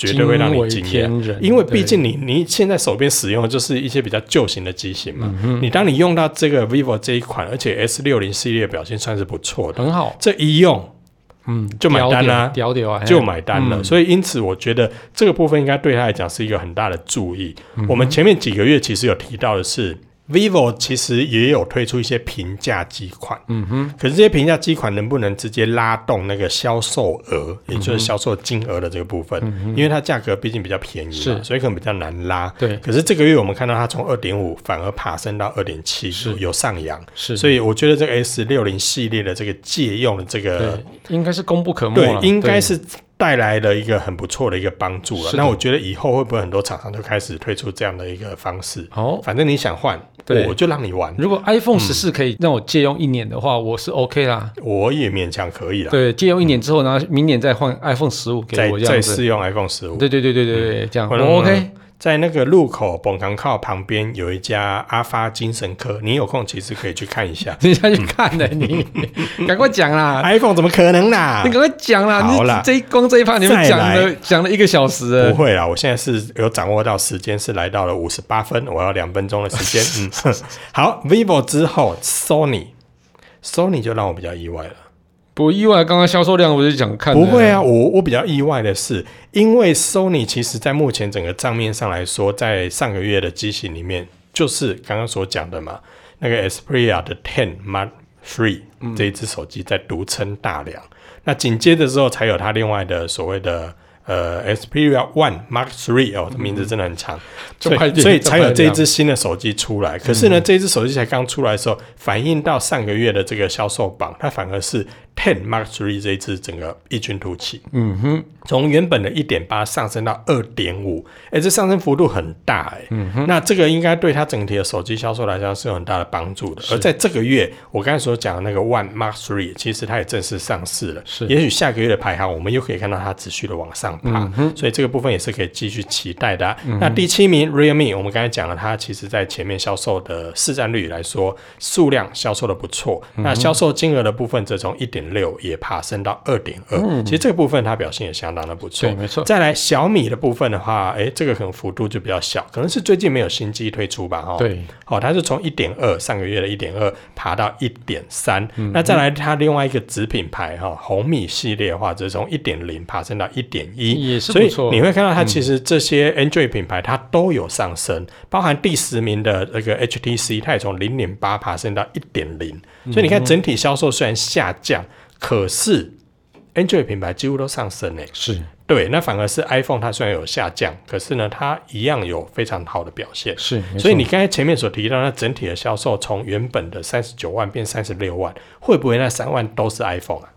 Speaker 2: 绝对会让你惊
Speaker 1: 惊为天
Speaker 2: 艳
Speaker 1: 人，
Speaker 2: 因为毕
Speaker 1: 对
Speaker 2: 竟。你你现在手边使用的就是一些比较旧型的机型
Speaker 1: 嗯
Speaker 2: 嘛。你当你用到这个 vivo 这一款，而且 S 六零系列表现算是不错的，
Speaker 1: 很好，
Speaker 2: 这一用
Speaker 1: 嗯，
Speaker 2: 就买单啦
Speaker 1: 屌屌啊，
Speaker 2: 就买单了。所以因此，我觉得这个部分应该对他来讲是一个很大的注意。
Speaker 1: 嗯
Speaker 2: 我们前面几个月其实有提到的是。vivo 其实也有推出一些平价机款，嗯哼，可是这些平价机款能不能直接拉动那个销售
Speaker 1: 嗯
Speaker 2: 额，也就是销售金额的这个部分？因为它价格毕竟比较便宜嘛，
Speaker 1: 是
Speaker 2: 所以可能比较难拉。
Speaker 1: 对
Speaker 2: 可是这个月我们看到它从二点五反而爬升到二点七，有上扬，
Speaker 1: 是
Speaker 2: 所以我觉得这个 S 六零系列的这个借用的这个
Speaker 1: 对， 应该是功不可没
Speaker 2: 对
Speaker 1: 了，，
Speaker 2: 应该是带来了一个很不错的一个帮助了。
Speaker 1: 是的
Speaker 2: 那我觉得以后会不会很多厂商就开始推出这样的一个方式？
Speaker 1: 哦。
Speaker 2: 反正你想换，
Speaker 1: 对
Speaker 2: 我就让你玩，
Speaker 1: 如果
Speaker 2: 嗯
Speaker 1: iPhone 十四可以让我借用一年的话，我是 OK 啦。
Speaker 2: 我也勉强可以了。
Speaker 1: 对，借用一年之后，然后明年再换 iPhone 十五给
Speaker 2: 啊再
Speaker 1: 我这
Speaker 2: 再
Speaker 1: 样子。
Speaker 2: 试用 iPhone 十五，
Speaker 1: 对对对对对对，这样
Speaker 2: 嗯
Speaker 1: 我 OK。。
Speaker 2: 在那个路口本港靠旁边有一家阿发精神科，你有空其实可以去看一下
Speaker 1: 你下去看 呢，你赶快讲啦，
Speaker 2: iPhone 怎么可能啦
Speaker 1: 你？赶快讲啦。
Speaker 2: 哎好
Speaker 1: 你
Speaker 2: 啦
Speaker 1: 这一光这一趴你们
Speaker 2: 再
Speaker 1: 讲
Speaker 2: 来
Speaker 1: 了讲了一个小时了
Speaker 2: 不，会啦，我现在是有掌握到时间是来到了五十八分，我要两分钟的时间。嗯， 哼好，vivo 之后，Sony，Sony 就让我比较意外了。
Speaker 1: 不意外。刚刚销售量我就讲看的，
Speaker 2: 不会啊，我我比较意外的是，因为 Sony 其实在目前整个账面上来说，在上个月的机型里面，就是刚刚所讲的嘛，那个 Xperia 的 Ten Mark Three 这一只手机在独撑大梁。那紧接着之后，才有它另外的所谓的呃 Xperia One Mark Three 哦，名字真的很长，
Speaker 1: 就
Speaker 2: 所
Speaker 1: 嗯快
Speaker 2: 以
Speaker 1: 点
Speaker 2: 所以
Speaker 1: 就
Speaker 2: 才
Speaker 1: 快嗯
Speaker 2: 有这
Speaker 1: 点
Speaker 2: 一只新的手机出来。可是呢，这一只手机才刚出来的时候，反映到上个月的这个销售榜，它反而是 Ten Mark Three 这一只整个异军突起。嗯哼，从原本的一点八上升到二点五，哎，这上升幅度很大哎、嗯哼，那这个应该对它整体的手机销售来讲是有很大的帮助的。而在这个月，我刚才所讲的那个 One Mark Three，其实它也正式上市了。
Speaker 1: 是
Speaker 2: 也许下个月的排行，我们又可以看到它持续的往上
Speaker 1: 嗯
Speaker 2: 趴，所以这个部分也是可以继续期待的啊、那第七名 Realme，我们刚才讲了，它其实在前面销售的市占率来说，数量销售的不错，
Speaker 1: 嗯
Speaker 2: 那销售金额的部分则从一点六也爬升到二点二，其实这个部分它表现也相当的不错
Speaker 1: 嗯对，。没错。
Speaker 2: 再来小米的部分的话，诶，这个可能幅度就比较小，可能是最近没有新机推出吧，哈。
Speaker 1: 对，
Speaker 2: 哦，它是从一点二上个月的一点二爬到一点三，
Speaker 1: 嗯
Speaker 2: 那再来它另外一个子品牌哈、红米系列的话，则是从一点零爬升到一点一，
Speaker 1: 也是
Speaker 2: 所
Speaker 1: 不
Speaker 2: 以
Speaker 1: 错嗯
Speaker 2: 你会看到它其实这些 Android 品牌它都有上升，包含第十名的那个 HTC，它也从零点八爬升到一点零，
Speaker 1: 嗯
Speaker 2: 所以你看整体销售虽然下降，可是 Android 品牌几乎都上升诶、
Speaker 1: 是
Speaker 2: 对，那反而是 iPhone 它虽然有下降，可是呢，它一样有非常好的表现。
Speaker 1: 是，没
Speaker 2: 所以
Speaker 1: 错
Speaker 2: 你刚才前面所提到，那整体的销售从原本的三十九万变三十六万，会不会那三万都是 iPhone 啊？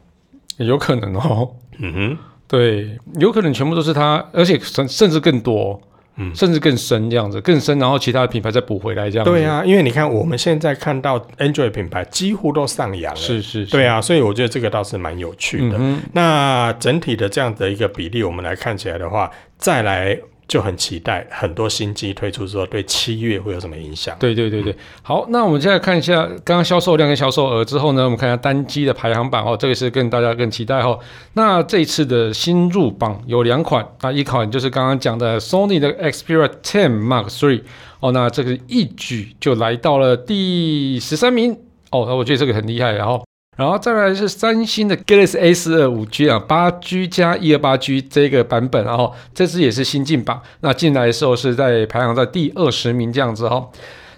Speaker 1: 有可能哦。
Speaker 2: 嗯
Speaker 1: 对，有可能全部都是他，而且甚甚至更多，嗯，甚至更深这样子，更深，然后其他的品牌再补回来这样
Speaker 2: 哼，
Speaker 1: 子。
Speaker 2: 对啊，因为你看我们现在看到 Android 品牌几乎都上扬了，
Speaker 1: 是是嗯是，
Speaker 2: 对啊，所以我觉得这个倒是蛮有趣的。那整体的这样的一个比例，我们来看起来的话，再来就很期待很多新机推出之后，对七月会有什么影响？
Speaker 1: 对对对对，好，那我们现在看一下刚刚销售量跟销售额之后呢，我们看一下单机的排行榜哦，这个是跟大家更期待哦。那这一次的新入榜有两款，那一款就是刚刚讲的 Sony 的 Xperia 10 Mark III 哦，那这个一举就来到了第十三名哦，那我觉得这个很厉害，然后。然后再来是三星的 Galaxy A 4 2 5G 啊，八 G 加一二八 G 这个版本，然后这次也是新进榜，那进来的时候是在排行在第二十名这样子哦。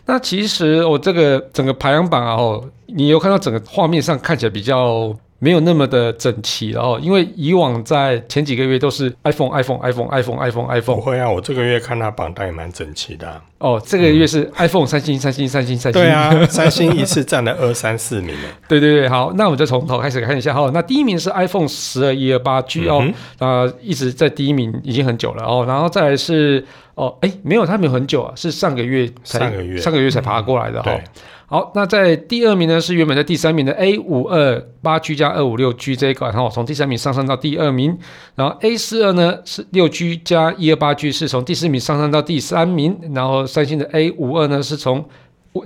Speaker 1: 那其实我这个整个排行榜啊，哦，你有看到整个画面上看起来比较没有那么的整齐了哦，因为以往在前几个月都是 iPhone、iPhone、iPhone、iPhone、iPhone、
Speaker 2: 不
Speaker 1: iPhone
Speaker 2: 会啊，我这个月看它榜单也蛮整齐的啊、
Speaker 1: 哦，这个月是 iPhone 三星、三星、三星、三星。
Speaker 2: 对，啊，三星一次占了二三四名啊呢。
Speaker 1: 对对对，好，那我们就从头开始看一下哈、哦。那第一名是 iPhone 十二一二八
Speaker 2: 嗯
Speaker 1: G 哦，那、一直在第一名已经很久了哦，然后再来是哦，哎，没有，它没有很久啊，是上个月才
Speaker 2: 上个月嗯
Speaker 1: 上个月才爬过来的哈、哦
Speaker 2: 对。
Speaker 1: 好，那在第二名呢是原本在第三名的 A 五二八 G 加二五六 G 这一款，然后从第三名上升到第二名，然后 A 四二呢是六 G 加一二八 G 是从第四名上升到第三名，然后三星的 A 五二呢是从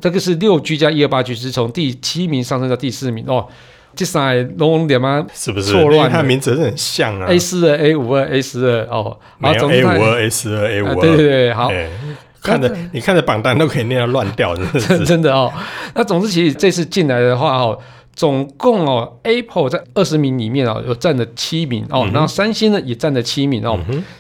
Speaker 1: 这个是六 G 加一二八 G 是从第七名上升到第四名哦，这三个拢点吗
Speaker 2: 是不是？
Speaker 1: 错乱了
Speaker 2: 因为它名字真的很像啊。
Speaker 1: ？A 四二 A 五二 A 四二哦，
Speaker 2: 没
Speaker 1: 然后
Speaker 2: 有
Speaker 1: 总之
Speaker 2: A 五
Speaker 1: 它
Speaker 2: 二、A 四二、A 五
Speaker 1: 啊
Speaker 2: 二，
Speaker 1: 对对对，好，
Speaker 2: 哎看着你看着榜单都可以念到乱掉，真的
Speaker 1: 真
Speaker 2: 是。
Speaker 1: 真的哦。那总之，其实这次进来的话哦，总共哦，Apple 在二十名里面哦，有占了七名哦，
Speaker 2: 嗯
Speaker 1: 然后三星呢也占了七名哦。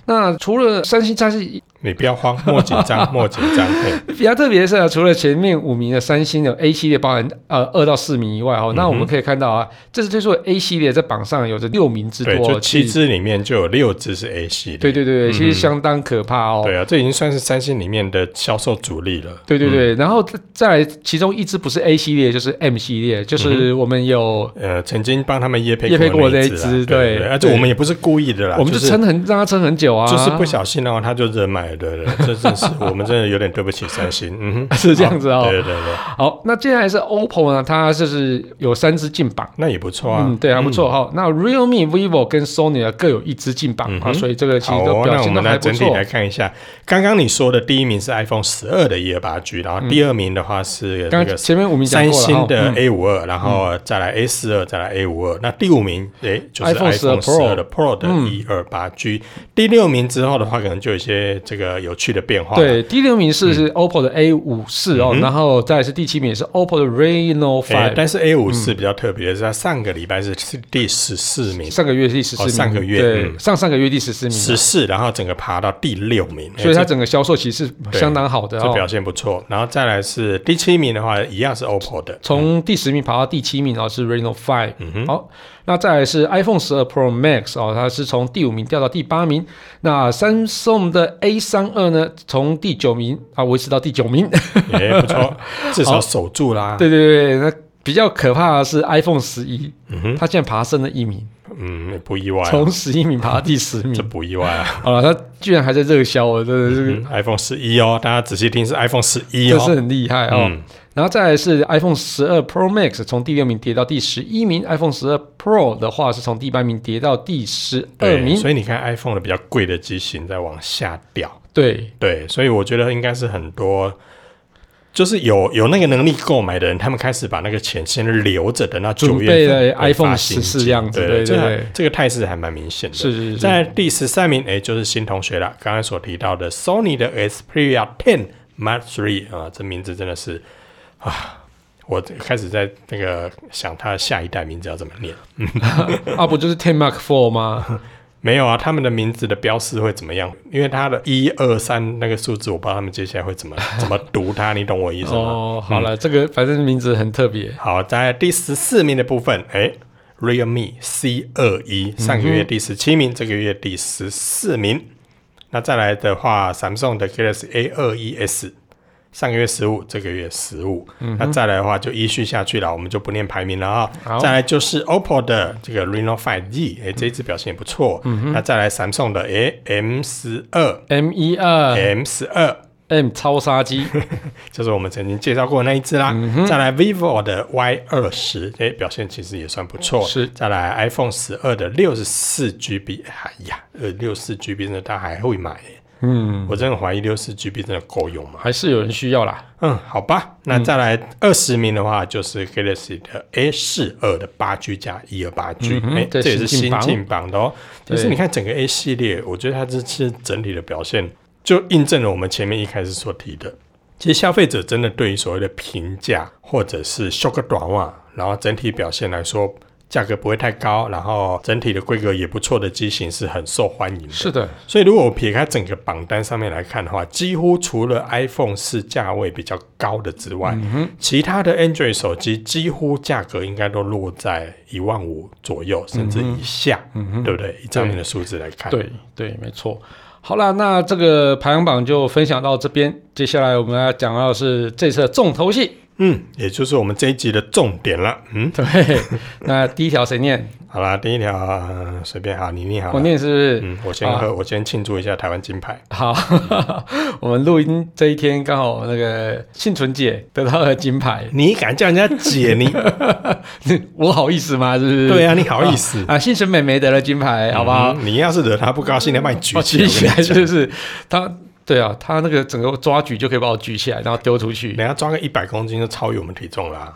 Speaker 1: 那除了三星，它是
Speaker 2: 你不要慌，莫紧张，莫紧张。 嘿
Speaker 1: 比较特别的是啊，除了前面五名的三星的 A 系列，包含呃二到四名以外
Speaker 2: 嗯
Speaker 1: 哦，那我们可以看到啊，这次推出的 A 系列在榜上有着六名之多
Speaker 2: 对，
Speaker 1: 哦，
Speaker 2: 就七
Speaker 1: 其实
Speaker 2: 只里面就有六只是 A 系列。
Speaker 1: 对对对，其实相当可怕哦。
Speaker 2: 对啊，这已经算是三星里面的销售主力了。
Speaker 1: 对对
Speaker 2: 嗯
Speaker 1: 对，然后再再来，其中一只不是 A 系列，就是 M 系列，
Speaker 2: 嗯
Speaker 1: 就是我们有
Speaker 2: 呃，曾经帮他们业配
Speaker 1: 业配
Speaker 2: 过
Speaker 1: 过
Speaker 2: 那
Speaker 1: 那一
Speaker 2: 啊
Speaker 1: 只
Speaker 2: 对，
Speaker 1: 对
Speaker 2: 而且我们也不是故意的啦，
Speaker 1: 我们
Speaker 2: 啊
Speaker 1: 就
Speaker 2: 就
Speaker 1: 是撑很让它撑很久啊，
Speaker 2: 就是不小心的话，他就热卖了，对对，对这真是我们真的有点对不起三星，嗯哼，
Speaker 1: 是这样子 哦。
Speaker 2: 对对对，
Speaker 1: 好，那接下来是 OPPO 呢，它就是有三只进榜。
Speaker 2: 那也不错啊，
Speaker 1: 嗯，对，还不错哈、那 Realme、vivo 跟 Sony 呢各有一只进榜、
Speaker 2: 嗯哼
Speaker 1: 啊，所以这个其
Speaker 2: 好
Speaker 1: 实
Speaker 2: 哦
Speaker 1: 都，表
Speaker 2: 那我
Speaker 1: 现都
Speaker 2: 们
Speaker 1: 还
Speaker 2: 来
Speaker 1: 不
Speaker 2: 整体
Speaker 1: 错。
Speaker 2: 来看一下，刚刚你说的第一名是 iPhone 十二的一二八 G，然后第二名的话是
Speaker 1: 嗯
Speaker 2: 那
Speaker 1: 刚
Speaker 2: 个
Speaker 1: 刚前面我们讲
Speaker 2: 三
Speaker 1: 过了哦嗯
Speaker 2: 星
Speaker 1: 哈、
Speaker 2: 的 A 五二，然后再来 A 四二，再来 A 五二，那第五名诶就是
Speaker 1: iPhone
Speaker 2: iPhone 十
Speaker 1: 12
Speaker 2: 二的 Pro 的
Speaker 1: 嗯
Speaker 2: 一二八 G，第六名之后的话，可能就有一些这个有趣的嗯变化。。
Speaker 1: 对，第六名是是 OPPO 的 A 五四哦、然后再来是第七名也是 OPPO 的 Reno
Speaker 2: 哎
Speaker 1: Five，、
Speaker 2: 但是 A
Speaker 1: 嗯
Speaker 2: 五四比较特别的是，它上个礼拜是第十四名，
Speaker 1: 上个月第十四
Speaker 2: 哦
Speaker 1: 名，
Speaker 2: 上个月
Speaker 1: 对、
Speaker 2: 嗯
Speaker 1: 上上个月第十四名，啊
Speaker 2: 十四，然后整个爬到第六名，哎
Speaker 1: 所以它
Speaker 2: 这
Speaker 1: 整个销售其实是相当好的
Speaker 2: 这
Speaker 1: 哦。
Speaker 2: 表现不错。然后再来是第七名的话，一样是 OPPO 的，
Speaker 1: 从第十名爬到第七名哦，是 Reno 5、好，
Speaker 2: 嗯
Speaker 1: 那再来是 iPhone 12 Pro Max 哦，它是从第五名掉到第八名。那 Samsung 的 A 3 2呢，从第九名啊维持到第九名。
Speaker 2: 也、哎不错，至少守住啦。
Speaker 1: 对对对，那比较可怕的是 iPhone 11，它竟然爬升了一名，
Speaker 2: 嗯，不意外啊、
Speaker 1: 从十一名爬到第十
Speaker 2: 这
Speaker 1: 名。
Speaker 2: 不意外啊。
Speaker 1: 好了，它居然还在热销，我真的是、
Speaker 2: 嗯 iPhone 十一哦，大家仔细听是 iPhone 十一
Speaker 1: 真
Speaker 2: 哦，
Speaker 1: 是很厉害哦。
Speaker 2: 嗯
Speaker 1: 然后再来是 iPhone 十二 Pro Max 从第六名跌到第十一名，iPhone 十二 Pro 的话是从第八名跌到第十二
Speaker 2: 对，
Speaker 1: 名。
Speaker 2: 所以你看 iPhone 的比较贵的机型在往下掉，
Speaker 1: 对，
Speaker 2: 对，所以我觉得应该是很多。就是有有那个能力购买的人，他们开始把那个钱先留着，等到
Speaker 1: 准
Speaker 2: 九
Speaker 1: 备
Speaker 2: 月份
Speaker 1: 了
Speaker 2: 会发
Speaker 1: iPhone
Speaker 2: 行
Speaker 1: 14
Speaker 2: 情
Speaker 1: 样子
Speaker 2: 对
Speaker 1: 对
Speaker 2: 这
Speaker 1: 对
Speaker 2: 个
Speaker 1: 对
Speaker 2: 这个态势还蛮明显的。
Speaker 1: 是是
Speaker 2: 在
Speaker 1: 是，
Speaker 2: 第十三名，哎，就是新同学了。刚才所提到的 Sony 的 Xperia 10 Mark Three 啊，这名字真的是啊，我开始在那个想它下一代名字要怎么念。
Speaker 1: 啊不就是 Ten Mark Four 吗？
Speaker 2: 没有啊，他们的名字的标示会怎么样？因为它的一二三那个数字，我不知道他们接下来会怎么怎么读它，你懂我意思吗？
Speaker 1: 哦，好
Speaker 2: 嗯
Speaker 1: 了，这个反正名字很特别。
Speaker 2: 好，在第十四名的部分，哎，Realme C 二一，上个月第十七名，这个月第十四名。那再来的话，Samsung 的 Galaxy A 二一 S，上个月十五，这个月十五、那再来的话就依序下去了，我们就不念排名了啊。
Speaker 1: 好
Speaker 2: 再来就是 OPPO 的这个 Reno 5G，哎，这一次表现也不错。那再来 Samsung 的哎 M 十二
Speaker 1: M 一二
Speaker 2: ，M 十二。
Speaker 1: M 超杀 机，
Speaker 2: 就是我们曾经介绍过的那一只啦。
Speaker 1: 嗯
Speaker 2: 再来 vivo 的 Y 二十，哎，表现其实也算不错。
Speaker 1: 是
Speaker 2: 再来 iPhone 十二的六十四 GB，哎呀，呃，六四 GB 真的大家还会买耶？
Speaker 1: 嗯，
Speaker 2: 我真的怀疑六四 GB 真的够用吗？
Speaker 1: 还是有人需要啦。
Speaker 2: 嗯，好吧，那再来二十名的话，就是 Galaxy 的 A 四二的八 G 加一二八 G，
Speaker 1: 嗯哼
Speaker 2: 哎，这
Speaker 1: 这
Speaker 2: 也是
Speaker 1: 新进
Speaker 2: 新
Speaker 1: 榜
Speaker 2: 进榜的哦。其实
Speaker 1: 对
Speaker 2: 你看整个 A 系列，我觉得它这次整体的表现，就印证了我们前面一开始所提的，其实消费者真的对于所谓的平价或者是修个短袜，然后整体表现来说。价格不会太高，然后整体的规格也不错的机型是很受欢迎的。
Speaker 1: 是的，
Speaker 2: 所以如果我撇开整个榜单上面来看的话，几乎除了 iPhone 是价位比较高的之外，其他的 Android 手机几乎价格应该都落在一万五左右，甚至以下，对不对？以这样的数字来看，
Speaker 1: 对对，没错。好啦，那这个排行榜就分享到这边，接下来我们要讲到的是这次的重头戏。
Speaker 2: 嗯，也就是我们这一集的重点了。嗯，
Speaker 1: 对，那第一条谁念？
Speaker 2: 好啦，第一条呃随便哈，你念好
Speaker 1: 我
Speaker 2: 了。
Speaker 1: 念啊是不是？
Speaker 2: 嗯，我先喝，我先庆祝一下台湾金牌。
Speaker 1: 好， 我们录音这一天刚好那个幸存姐得到了金牌，
Speaker 2: 你敢叫人家姐你？
Speaker 1: 我好意思吗？是不是？
Speaker 2: 对啊，你好意思？
Speaker 1: 啊，幸存妹妹得了金牌， 好不好？
Speaker 2: 嗯你要是惹他不高兴，他把你举
Speaker 1: 我
Speaker 2: 起来
Speaker 1: 举起
Speaker 2: 我跟你
Speaker 1: 来
Speaker 2: 讲。
Speaker 1: 是不是？她对啊，她那个整个抓举就可以把我举起来，然后丢出去。
Speaker 2: 人家抓个一百公斤就超越我们体重啊啦、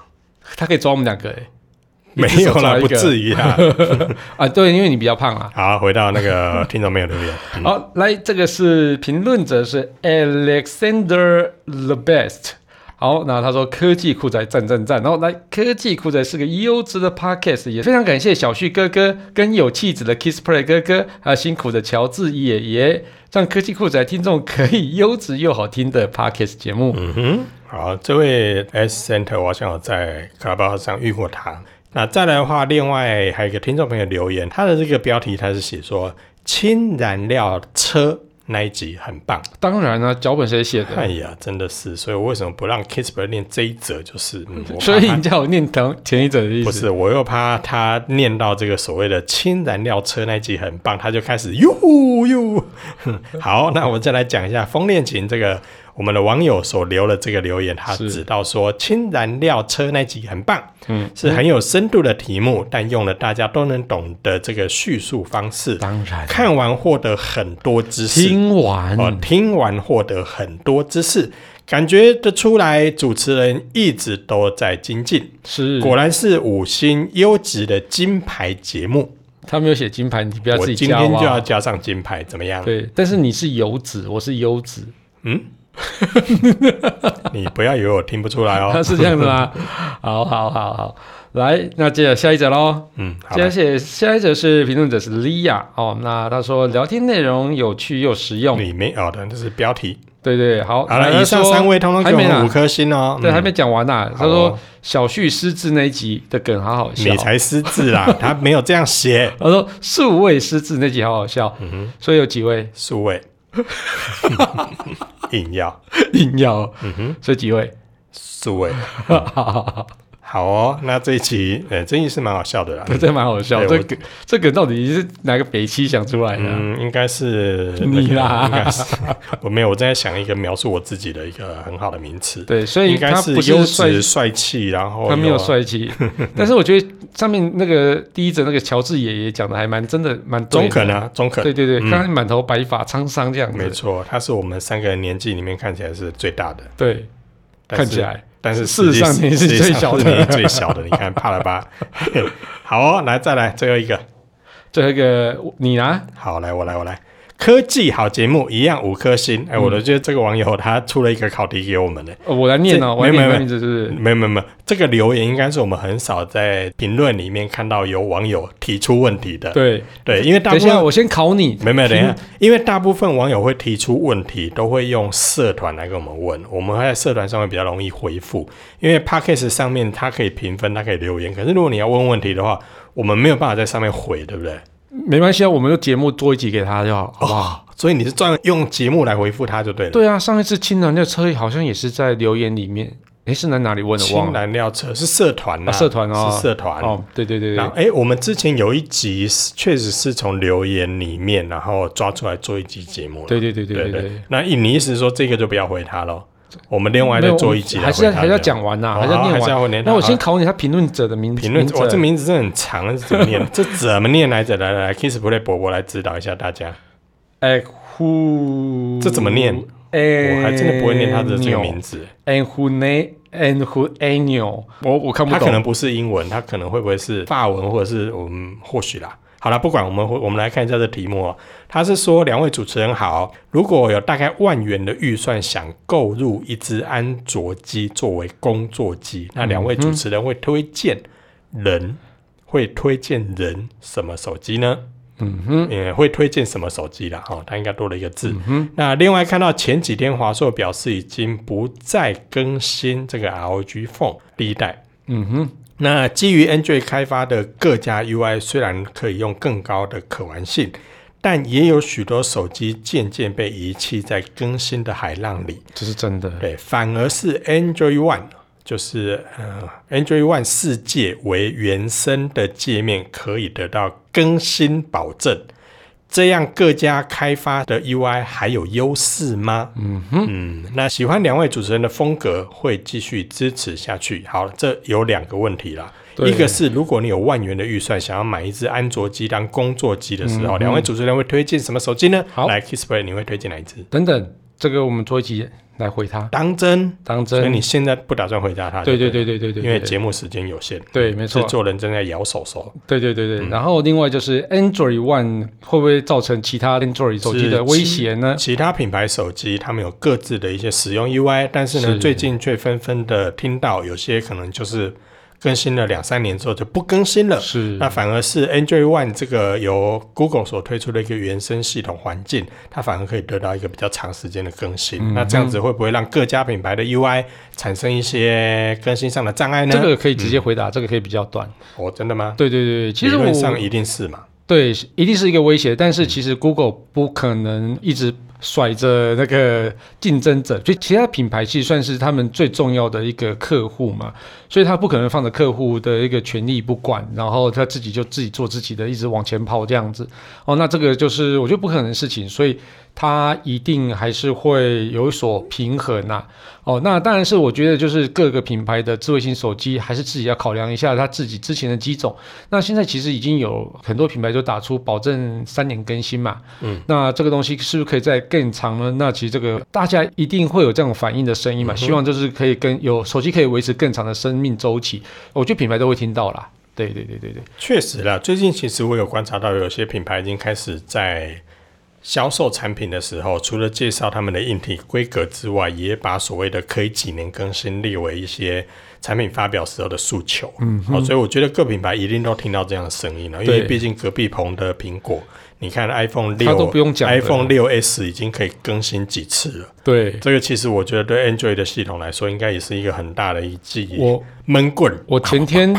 Speaker 1: 她可以抓我们两个、欸，
Speaker 2: 没
Speaker 1: 一只
Speaker 2: 有
Speaker 1: 手抓
Speaker 2: 啦，
Speaker 1: 一
Speaker 2: 不
Speaker 1: 个
Speaker 2: 至于啦。
Speaker 1: 啊，对，因为你比较胖啊。
Speaker 2: 好，回到那个 听众朋友留言，
Speaker 1: 好，来，这个是评论者是 Alexander the Best。好，那他说科技酷仔赞赞赞，然后来科技酷仔是个优质的 podcast，也非常感谢小旭哥哥跟有气质的 Kissplay 哥哥，还有辛苦的乔治爷爷，让科技酷仔听众可以优质又好听的 podcast 节目。
Speaker 2: 嗯哼，好，这位 S Center，我好像有在 Clubhouse 上遇过他。那再来的话，另外还有一个听众朋友留言，他的这个标题他是写说“氢燃料车”那一集很棒。
Speaker 1: 当然啊，脚本谁写的？
Speaker 2: 哎呀，真的是，所以我为什么不让 Kisper 念这一则？就是，嗯， 我怕
Speaker 1: 所以
Speaker 2: 他
Speaker 1: 你叫我念同前一者的意
Speaker 2: 不
Speaker 1: 思？
Speaker 2: 是，我又怕他念到这个所谓的氢燃料车那一集很棒，他就开始哟呼哟。 哼好，那我们再来讲一下风恋情这个我们的网友所留的这个留言，他
Speaker 1: 是
Speaker 2: 指到说氢燃料车那集很棒，嗯，是很有深度的题目，但用了大家都能懂的这个叙述方式，
Speaker 1: 当然，
Speaker 2: 看完获得很多知识，
Speaker 1: 听完、
Speaker 2: 哦，听完获得很多知识，感觉得出来主持人一直都在精进。
Speaker 1: 是
Speaker 2: 果然是五星优质的金牌节目，
Speaker 1: 他没有写金牌，你不要
Speaker 2: 我
Speaker 1: 自己
Speaker 2: 今
Speaker 1: 加
Speaker 2: 天
Speaker 1: 好不好
Speaker 2: 就要加上金牌，怎么样？嗯
Speaker 1: 对，但是你是油脂，我是优质，
Speaker 2: 你不要以为我听不出来哦。
Speaker 1: 是这样子 吗？好好好好，来，那接着下一则喽。
Speaker 2: 嗯，好
Speaker 1: 接
Speaker 2: 了，
Speaker 1: 着下一则是评论者是 Lia 哦，那他说聊天内容有趣又实用，
Speaker 2: 你没有的，这是标题。
Speaker 1: 对对，好，
Speaker 2: 嗯好
Speaker 1: 那
Speaker 2: 了，
Speaker 1: 他
Speaker 2: 以上
Speaker 1: 说
Speaker 2: 三位通通
Speaker 1: 还
Speaker 2: 给我
Speaker 1: 没
Speaker 2: 们
Speaker 1: 啦
Speaker 2: 五颗星哦。
Speaker 1: 对，
Speaker 2: 嗯
Speaker 1: 还没讲完呐、他
Speaker 2: 好
Speaker 1: 说
Speaker 2: 哦
Speaker 1: 小旭失智那一集的梗好好笑
Speaker 2: 你。才失 智啦，他没有这样写。
Speaker 1: 他说数位失智那集好好笑，
Speaker 2: 嗯
Speaker 1: 所以有几 位
Speaker 2: 数位，硬要
Speaker 1: 硬要，
Speaker 2: 嗯哼
Speaker 1: 所以几位，
Speaker 2: 数位。
Speaker 1: 好好好
Speaker 2: 好哦，那这一期呃，争议是蛮好笑的啦。
Speaker 1: 对，这蛮好笑。
Speaker 2: 对
Speaker 1: 这
Speaker 2: 我
Speaker 1: 个这个到底是哪个北七想出来的啊？
Speaker 2: 嗯，应该是
Speaker 1: 你啦
Speaker 2: 应该是我没有，我正在想一个描述我自己的一个很好的名词。，
Speaker 1: 对，所以
Speaker 2: 应该
Speaker 1: 他
Speaker 2: 是
Speaker 1: 不
Speaker 2: 优
Speaker 1: 是帅
Speaker 2: 质、帅气，然后
Speaker 1: 他没
Speaker 2: 又
Speaker 1: 有帅气，但是我觉得上面那个第一则那个乔治爷爷讲的还蛮真的蛮对的
Speaker 2: 中肯，啊，中肯。
Speaker 1: 对对对，看他满头白发、沧桑这样
Speaker 2: 没
Speaker 1: 子，
Speaker 2: 错，他是我们三个人年纪里面看起来是最大的，
Speaker 1: 对，
Speaker 2: 但
Speaker 1: 看
Speaker 2: 是
Speaker 1: 起来，
Speaker 2: 但是
Speaker 1: 事实上
Speaker 2: 际
Speaker 1: 你是
Speaker 2: 实际
Speaker 1: 最
Speaker 2: 上
Speaker 1: 小
Speaker 2: 是
Speaker 1: 的
Speaker 2: 你最小的，你看怕了吧？ 嘿好、哦，来再来最后一个，
Speaker 1: 最后一个你呢？
Speaker 2: 好，来我来我来，科技好节目一样五颗星。哎、
Speaker 1: 嗯
Speaker 2: 我都觉得这个网友他出了一个考题给我们的，
Speaker 1: 呃我来念哦，
Speaker 2: 这
Speaker 1: 我来
Speaker 2: 没
Speaker 1: 念你
Speaker 2: 没
Speaker 1: 的名字是不是？
Speaker 2: 没有没有没有，这个留言应该是我们很少在评论里面看到有网友提出问题的。
Speaker 1: 对，
Speaker 2: 对，因为大
Speaker 1: 等
Speaker 2: 部
Speaker 1: 一下
Speaker 2: 分
Speaker 1: 我先考你，
Speaker 2: 没有没有等一下，因为大部分网友会提出问题，都会用社团来跟我们问，我们会在社团上面比较容易回复，因为 p a c k a g e 上面它可以评分，它可以留言，可是如果你要问问题的话，我们没有办法在上面回，对不对？
Speaker 1: 没关系啊，我们就节目做一集给他就好，好不好？
Speaker 2: 哇，所以你是专门用节目来回复他就对了。
Speaker 1: 对啊，上一次青蓝的车好像也是在留言里面，诶，是在哪里问的？
Speaker 2: 青
Speaker 1: 忘了
Speaker 2: 蓝料车是社团
Speaker 1: 啊，
Speaker 2: 呐、
Speaker 1: 社团哦，
Speaker 2: 是社团
Speaker 1: 哦，对对对
Speaker 2: 然
Speaker 1: 对
Speaker 2: 后，，哎、我们之前有一集是确实是从留言里面，然后抓出来做一集节目了。
Speaker 1: 对对对
Speaker 2: 对
Speaker 1: 对对对。
Speaker 2: 那你意思是说这个就不要回他喽？我们另外
Speaker 1: 没
Speaker 2: 再
Speaker 1: 有
Speaker 2: 做一集来
Speaker 1: 还是
Speaker 2: 回
Speaker 1: 要
Speaker 2: 他
Speaker 1: 还是要
Speaker 2: 这样
Speaker 1: 讲完呐，
Speaker 2: 哦
Speaker 1: 还是要
Speaker 2: 好
Speaker 1: 念
Speaker 2: 还是要
Speaker 1: 完。
Speaker 2: 念
Speaker 1: 那我
Speaker 2: 好
Speaker 1: 先考你，他评论者的名字
Speaker 2: 评论。
Speaker 1: 名
Speaker 2: 哇，
Speaker 1: 字
Speaker 2: 这名字真的很长，是怎么念？这怎么念来着？来来来，Kiss Play 伯伯来指导一下大家。
Speaker 1: 哎呼，
Speaker 2: 这怎么念？
Speaker 1: 哎，
Speaker 2: 我还真的不会念他的这个名
Speaker 1: 字。
Speaker 2: 字，
Speaker 1: 安呼内安呼安纽，我我看不
Speaker 2: 他可能
Speaker 1: 懂。
Speaker 2: 不是英文，他可能会不会是法文，或者是我们或许啦。好啦，不管我们会，我们来看一下这题目、哦。他是说，两位主持人好，如果有大概万元的预算，想购入一只安卓机作为工作机，那两位主持人会推荐人，会推荐人什么手机呢？
Speaker 1: 嗯哼，嗯
Speaker 2: 也会推荐什么手机啦？哦，它应该多了一个字。那另外看到前几天华硕表示已经不再更新这个 ROG Phone 第一代。
Speaker 1: 嗯哼，
Speaker 2: 那基于 Android 开发的各家 UI 虽然可以用更高的可玩性，但也有许多手机渐渐被遗弃在更新的海浪里。
Speaker 1: 这是真的。
Speaker 2: 对，反而是 Android One，就是呃 Android One 世界为原生的界面可以得到更新保证，这样各家开发的 UI 还有优势吗？嗯哼，嗯，那喜欢两位主持人的风格，会继续支持下去。好，这有两个问题啦。
Speaker 1: 对
Speaker 2: 一个是，如果你有万元的预算，想要买一只安卓机当工作机的时候，两位主持人会推荐什么手机呢？
Speaker 1: 好
Speaker 2: 来 Kissplay，你会推荐哪一只？
Speaker 1: 等等，这个我们做一集来回他。
Speaker 2: 当真？
Speaker 1: 当
Speaker 2: 所以
Speaker 1: 真，
Speaker 2: 你现在不打算回答他？
Speaker 1: 对
Speaker 2: 对
Speaker 1: 对
Speaker 2: 不
Speaker 1: 对对对对，
Speaker 2: 因为
Speaker 1: 对
Speaker 2: 节目时间有限，
Speaker 1: 对没错
Speaker 2: 制作人正在摇手手，
Speaker 1: 对对对
Speaker 2: 嗯
Speaker 1: 对，然后另外就是 Android One 会不会造成其他 Android 手机的威胁呢？
Speaker 2: 其他品牌手机他们有各自的一些使用 UI，但是呢，
Speaker 1: 是
Speaker 2: 最近却纷纷的听到有些可能就是更新了两三年之后就不更新了。
Speaker 1: 是
Speaker 2: 那反而是 Android One 这个由 Google 所推出的一个原生系统环境，它反而可以得到一个比较长时间的更新。
Speaker 1: 嗯
Speaker 2: 那这样子会不会让各家品牌的 UI 产生一些更新上的障碍呢？
Speaker 1: 这个可以直接回答，这个可以比较短。
Speaker 2: 哦，真的吗？
Speaker 1: 对对对，其实
Speaker 2: 理
Speaker 1: 我
Speaker 2: 论上一定是嘛。
Speaker 1: 对一定是一个威胁，但是其实 Google 不可能一直甩着那个竞争者，就其他品牌其实算是他们最重要的一个客户嘛，所以他不可能放着客户的一个权利不管，然后他自己就自己做自己的，一直往前跑这样子。哦，那这个就是我觉得不可能的事情，所以它一定还是会有所平衡呐、哦，那当然是我觉得就是各个品牌的智慧型手机还是自己要考量一下它自己之前的机种。那现在其实已经有很多品牌就打出保证三年更新嘛，
Speaker 2: 嗯，
Speaker 1: 那这个东西是不是可以再更长呢？那其实这个大家一定会有这种反应的声音
Speaker 2: 嗯
Speaker 1: 嘛，希望就是可以跟有手机可以维持更长的生命周期，我觉得品牌都会听到啦。对对对对对，
Speaker 2: 确实啦，最近其实我有观察到，有些品牌已经开始在销售产品的时候，除了介绍他们的硬体规格之外，也把所谓的可以几年更新列为一些产品发表时候的诉求。嗯，好、所以我觉得各品牌一定都听到这样的声音啊了，因为
Speaker 1: 对
Speaker 2: 毕竟隔壁棚的苹果，你看 iPhone
Speaker 1: 它
Speaker 2: 六
Speaker 1: 都不用讲了
Speaker 2: iPhone 六 S 已经可以更新几次了。
Speaker 1: 对
Speaker 2: 这个其实我觉得对 Android 的系统来说，应该也是一个很大的一记
Speaker 1: 我
Speaker 2: 闷棍。
Speaker 1: 我前天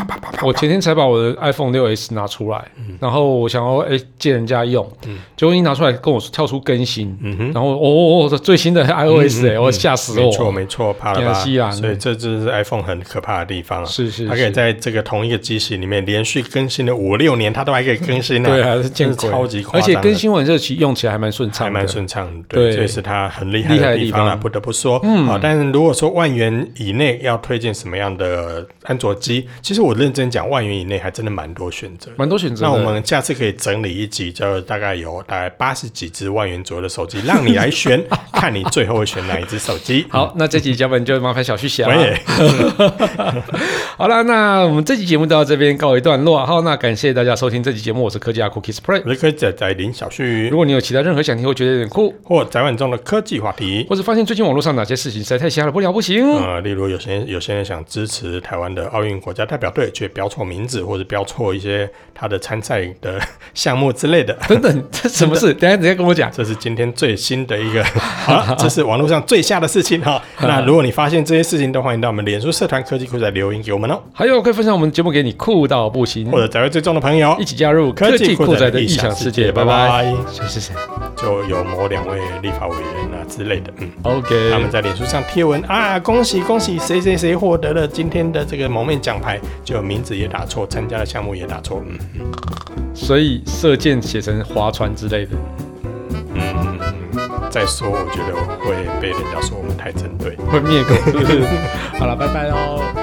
Speaker 1: 我前天才把我的 iPhone 六 S 拿出来，
Speaker 2: 嗯
Speaker 1: 然后我想要哎借人家用，结果一拿出来跟我说跳出更新，
Speaker 2: 嗯
Speaker 1: 然后哦哦哦，这最新的 iOS 哎、我吓死
Speaker 2: 没
Speaker 1: 我，
Speaker 2: 错没错，怕了
Speaker 1: 惊
Speaker 2: 吧？
Speaker 1: 死人
Speaker 2: 所以这就是 iPhone 很可怕的地方啊！
Speaker 1: 是是
Speaker 2: 它可以
Speaker 1: 是，
Speaker 2: 在这个同一个机型里面连续更新了五六年，它都还可以更新呢、
Speaker 1: 对啊，是见
Speaker 2: 真的
Speaker 1: 鬼，
Speaker 2: 超级夸
Speaker 1: 而
Speaker 2: 张
Speaker 1: 且
Speaker 2: 的，
Speaker 1: 跟新闻热期用起来还蛮顺畅
Speaker 2: 还
Speaker 1: 的，
Speaker 2: 蛮顺畅的，
Speaker 1: 对
Speaker 2: 对，这也是它很厉害
Speaker 1: 厉害的
Speaker 2: 的
Speaker 1: 地
Speaker 2: 地方啊，
Speaker 1: 方
Speaker 2: 不得不说。嗯，好、但是如果说万元以内要推荐什么样的安卓机，其实我认真讲，万元以内还真的蛮多选择的。
Speaker 1: 蛮多选择的。
Speaker 2: 那我们下次可以整理一集，就大概有大概八十几只万元左右的手机，让你来 选，看你最后会选哪一只手机。
Speaker 1: 好，那这集脚本就麻烦小旭写了。
Speaker 2: 喂，
Speaker 1: 好了，那我们这期节目到这边告一段落。好，那感谢大家收听这期节目，我是科技阿酷 Kiss Play。
Speaker 2: 我是科技仔仔林小旭
Speaker 1: 如，果你有其他任何想听或觉得有点酷，
Speaker 2: 或宅晚中的科技话题。
Speaker 1: 或者发现最近网络上哪些事情实在太瞎了不了不行，
Speaker 2: 呃，例如有些有些人想支持台湾的奥运国家代表队，却标错名字或者标错一些他的参赛的项目之类的，
Speaker 1: 等等，这什么事？等一下等一下跟我讲。
Speaker 2: 这是今天最新的 一个，好了，这是网络上最下的事情哈、那如果你发现这些事情，都欢迎到我们脸书社团科技库来留言给我们哦，
Speaker 1: 还有可以分享我们节目给你酷到不行
Speaker 2: 或，者宅位最重的朋友
Speaker 1: 一，起加入科技酷宅的异想世界。拜拜。
Speaker 2: 拜，
Speaker 1: 谁是谁
Speaker 2: 就有某两位立法委员啊之类的，嗯。他们
Speaker 1: ？OK，
Speaker 2: 在脸书上贴文啊，恭喜恭喜，谁谁谁获得了今天的这个蒙面奖牌，就名字也打错，参加的项目也打错，嗯
Speaker 1: 所以射箭写成划船之类的。
Speaker 2: 嗯嗯嗯。再说，我觉得我会被人家说我们太针对。
Speaker 1: 会灭狗是不是？ 好了，拜拜哦喽。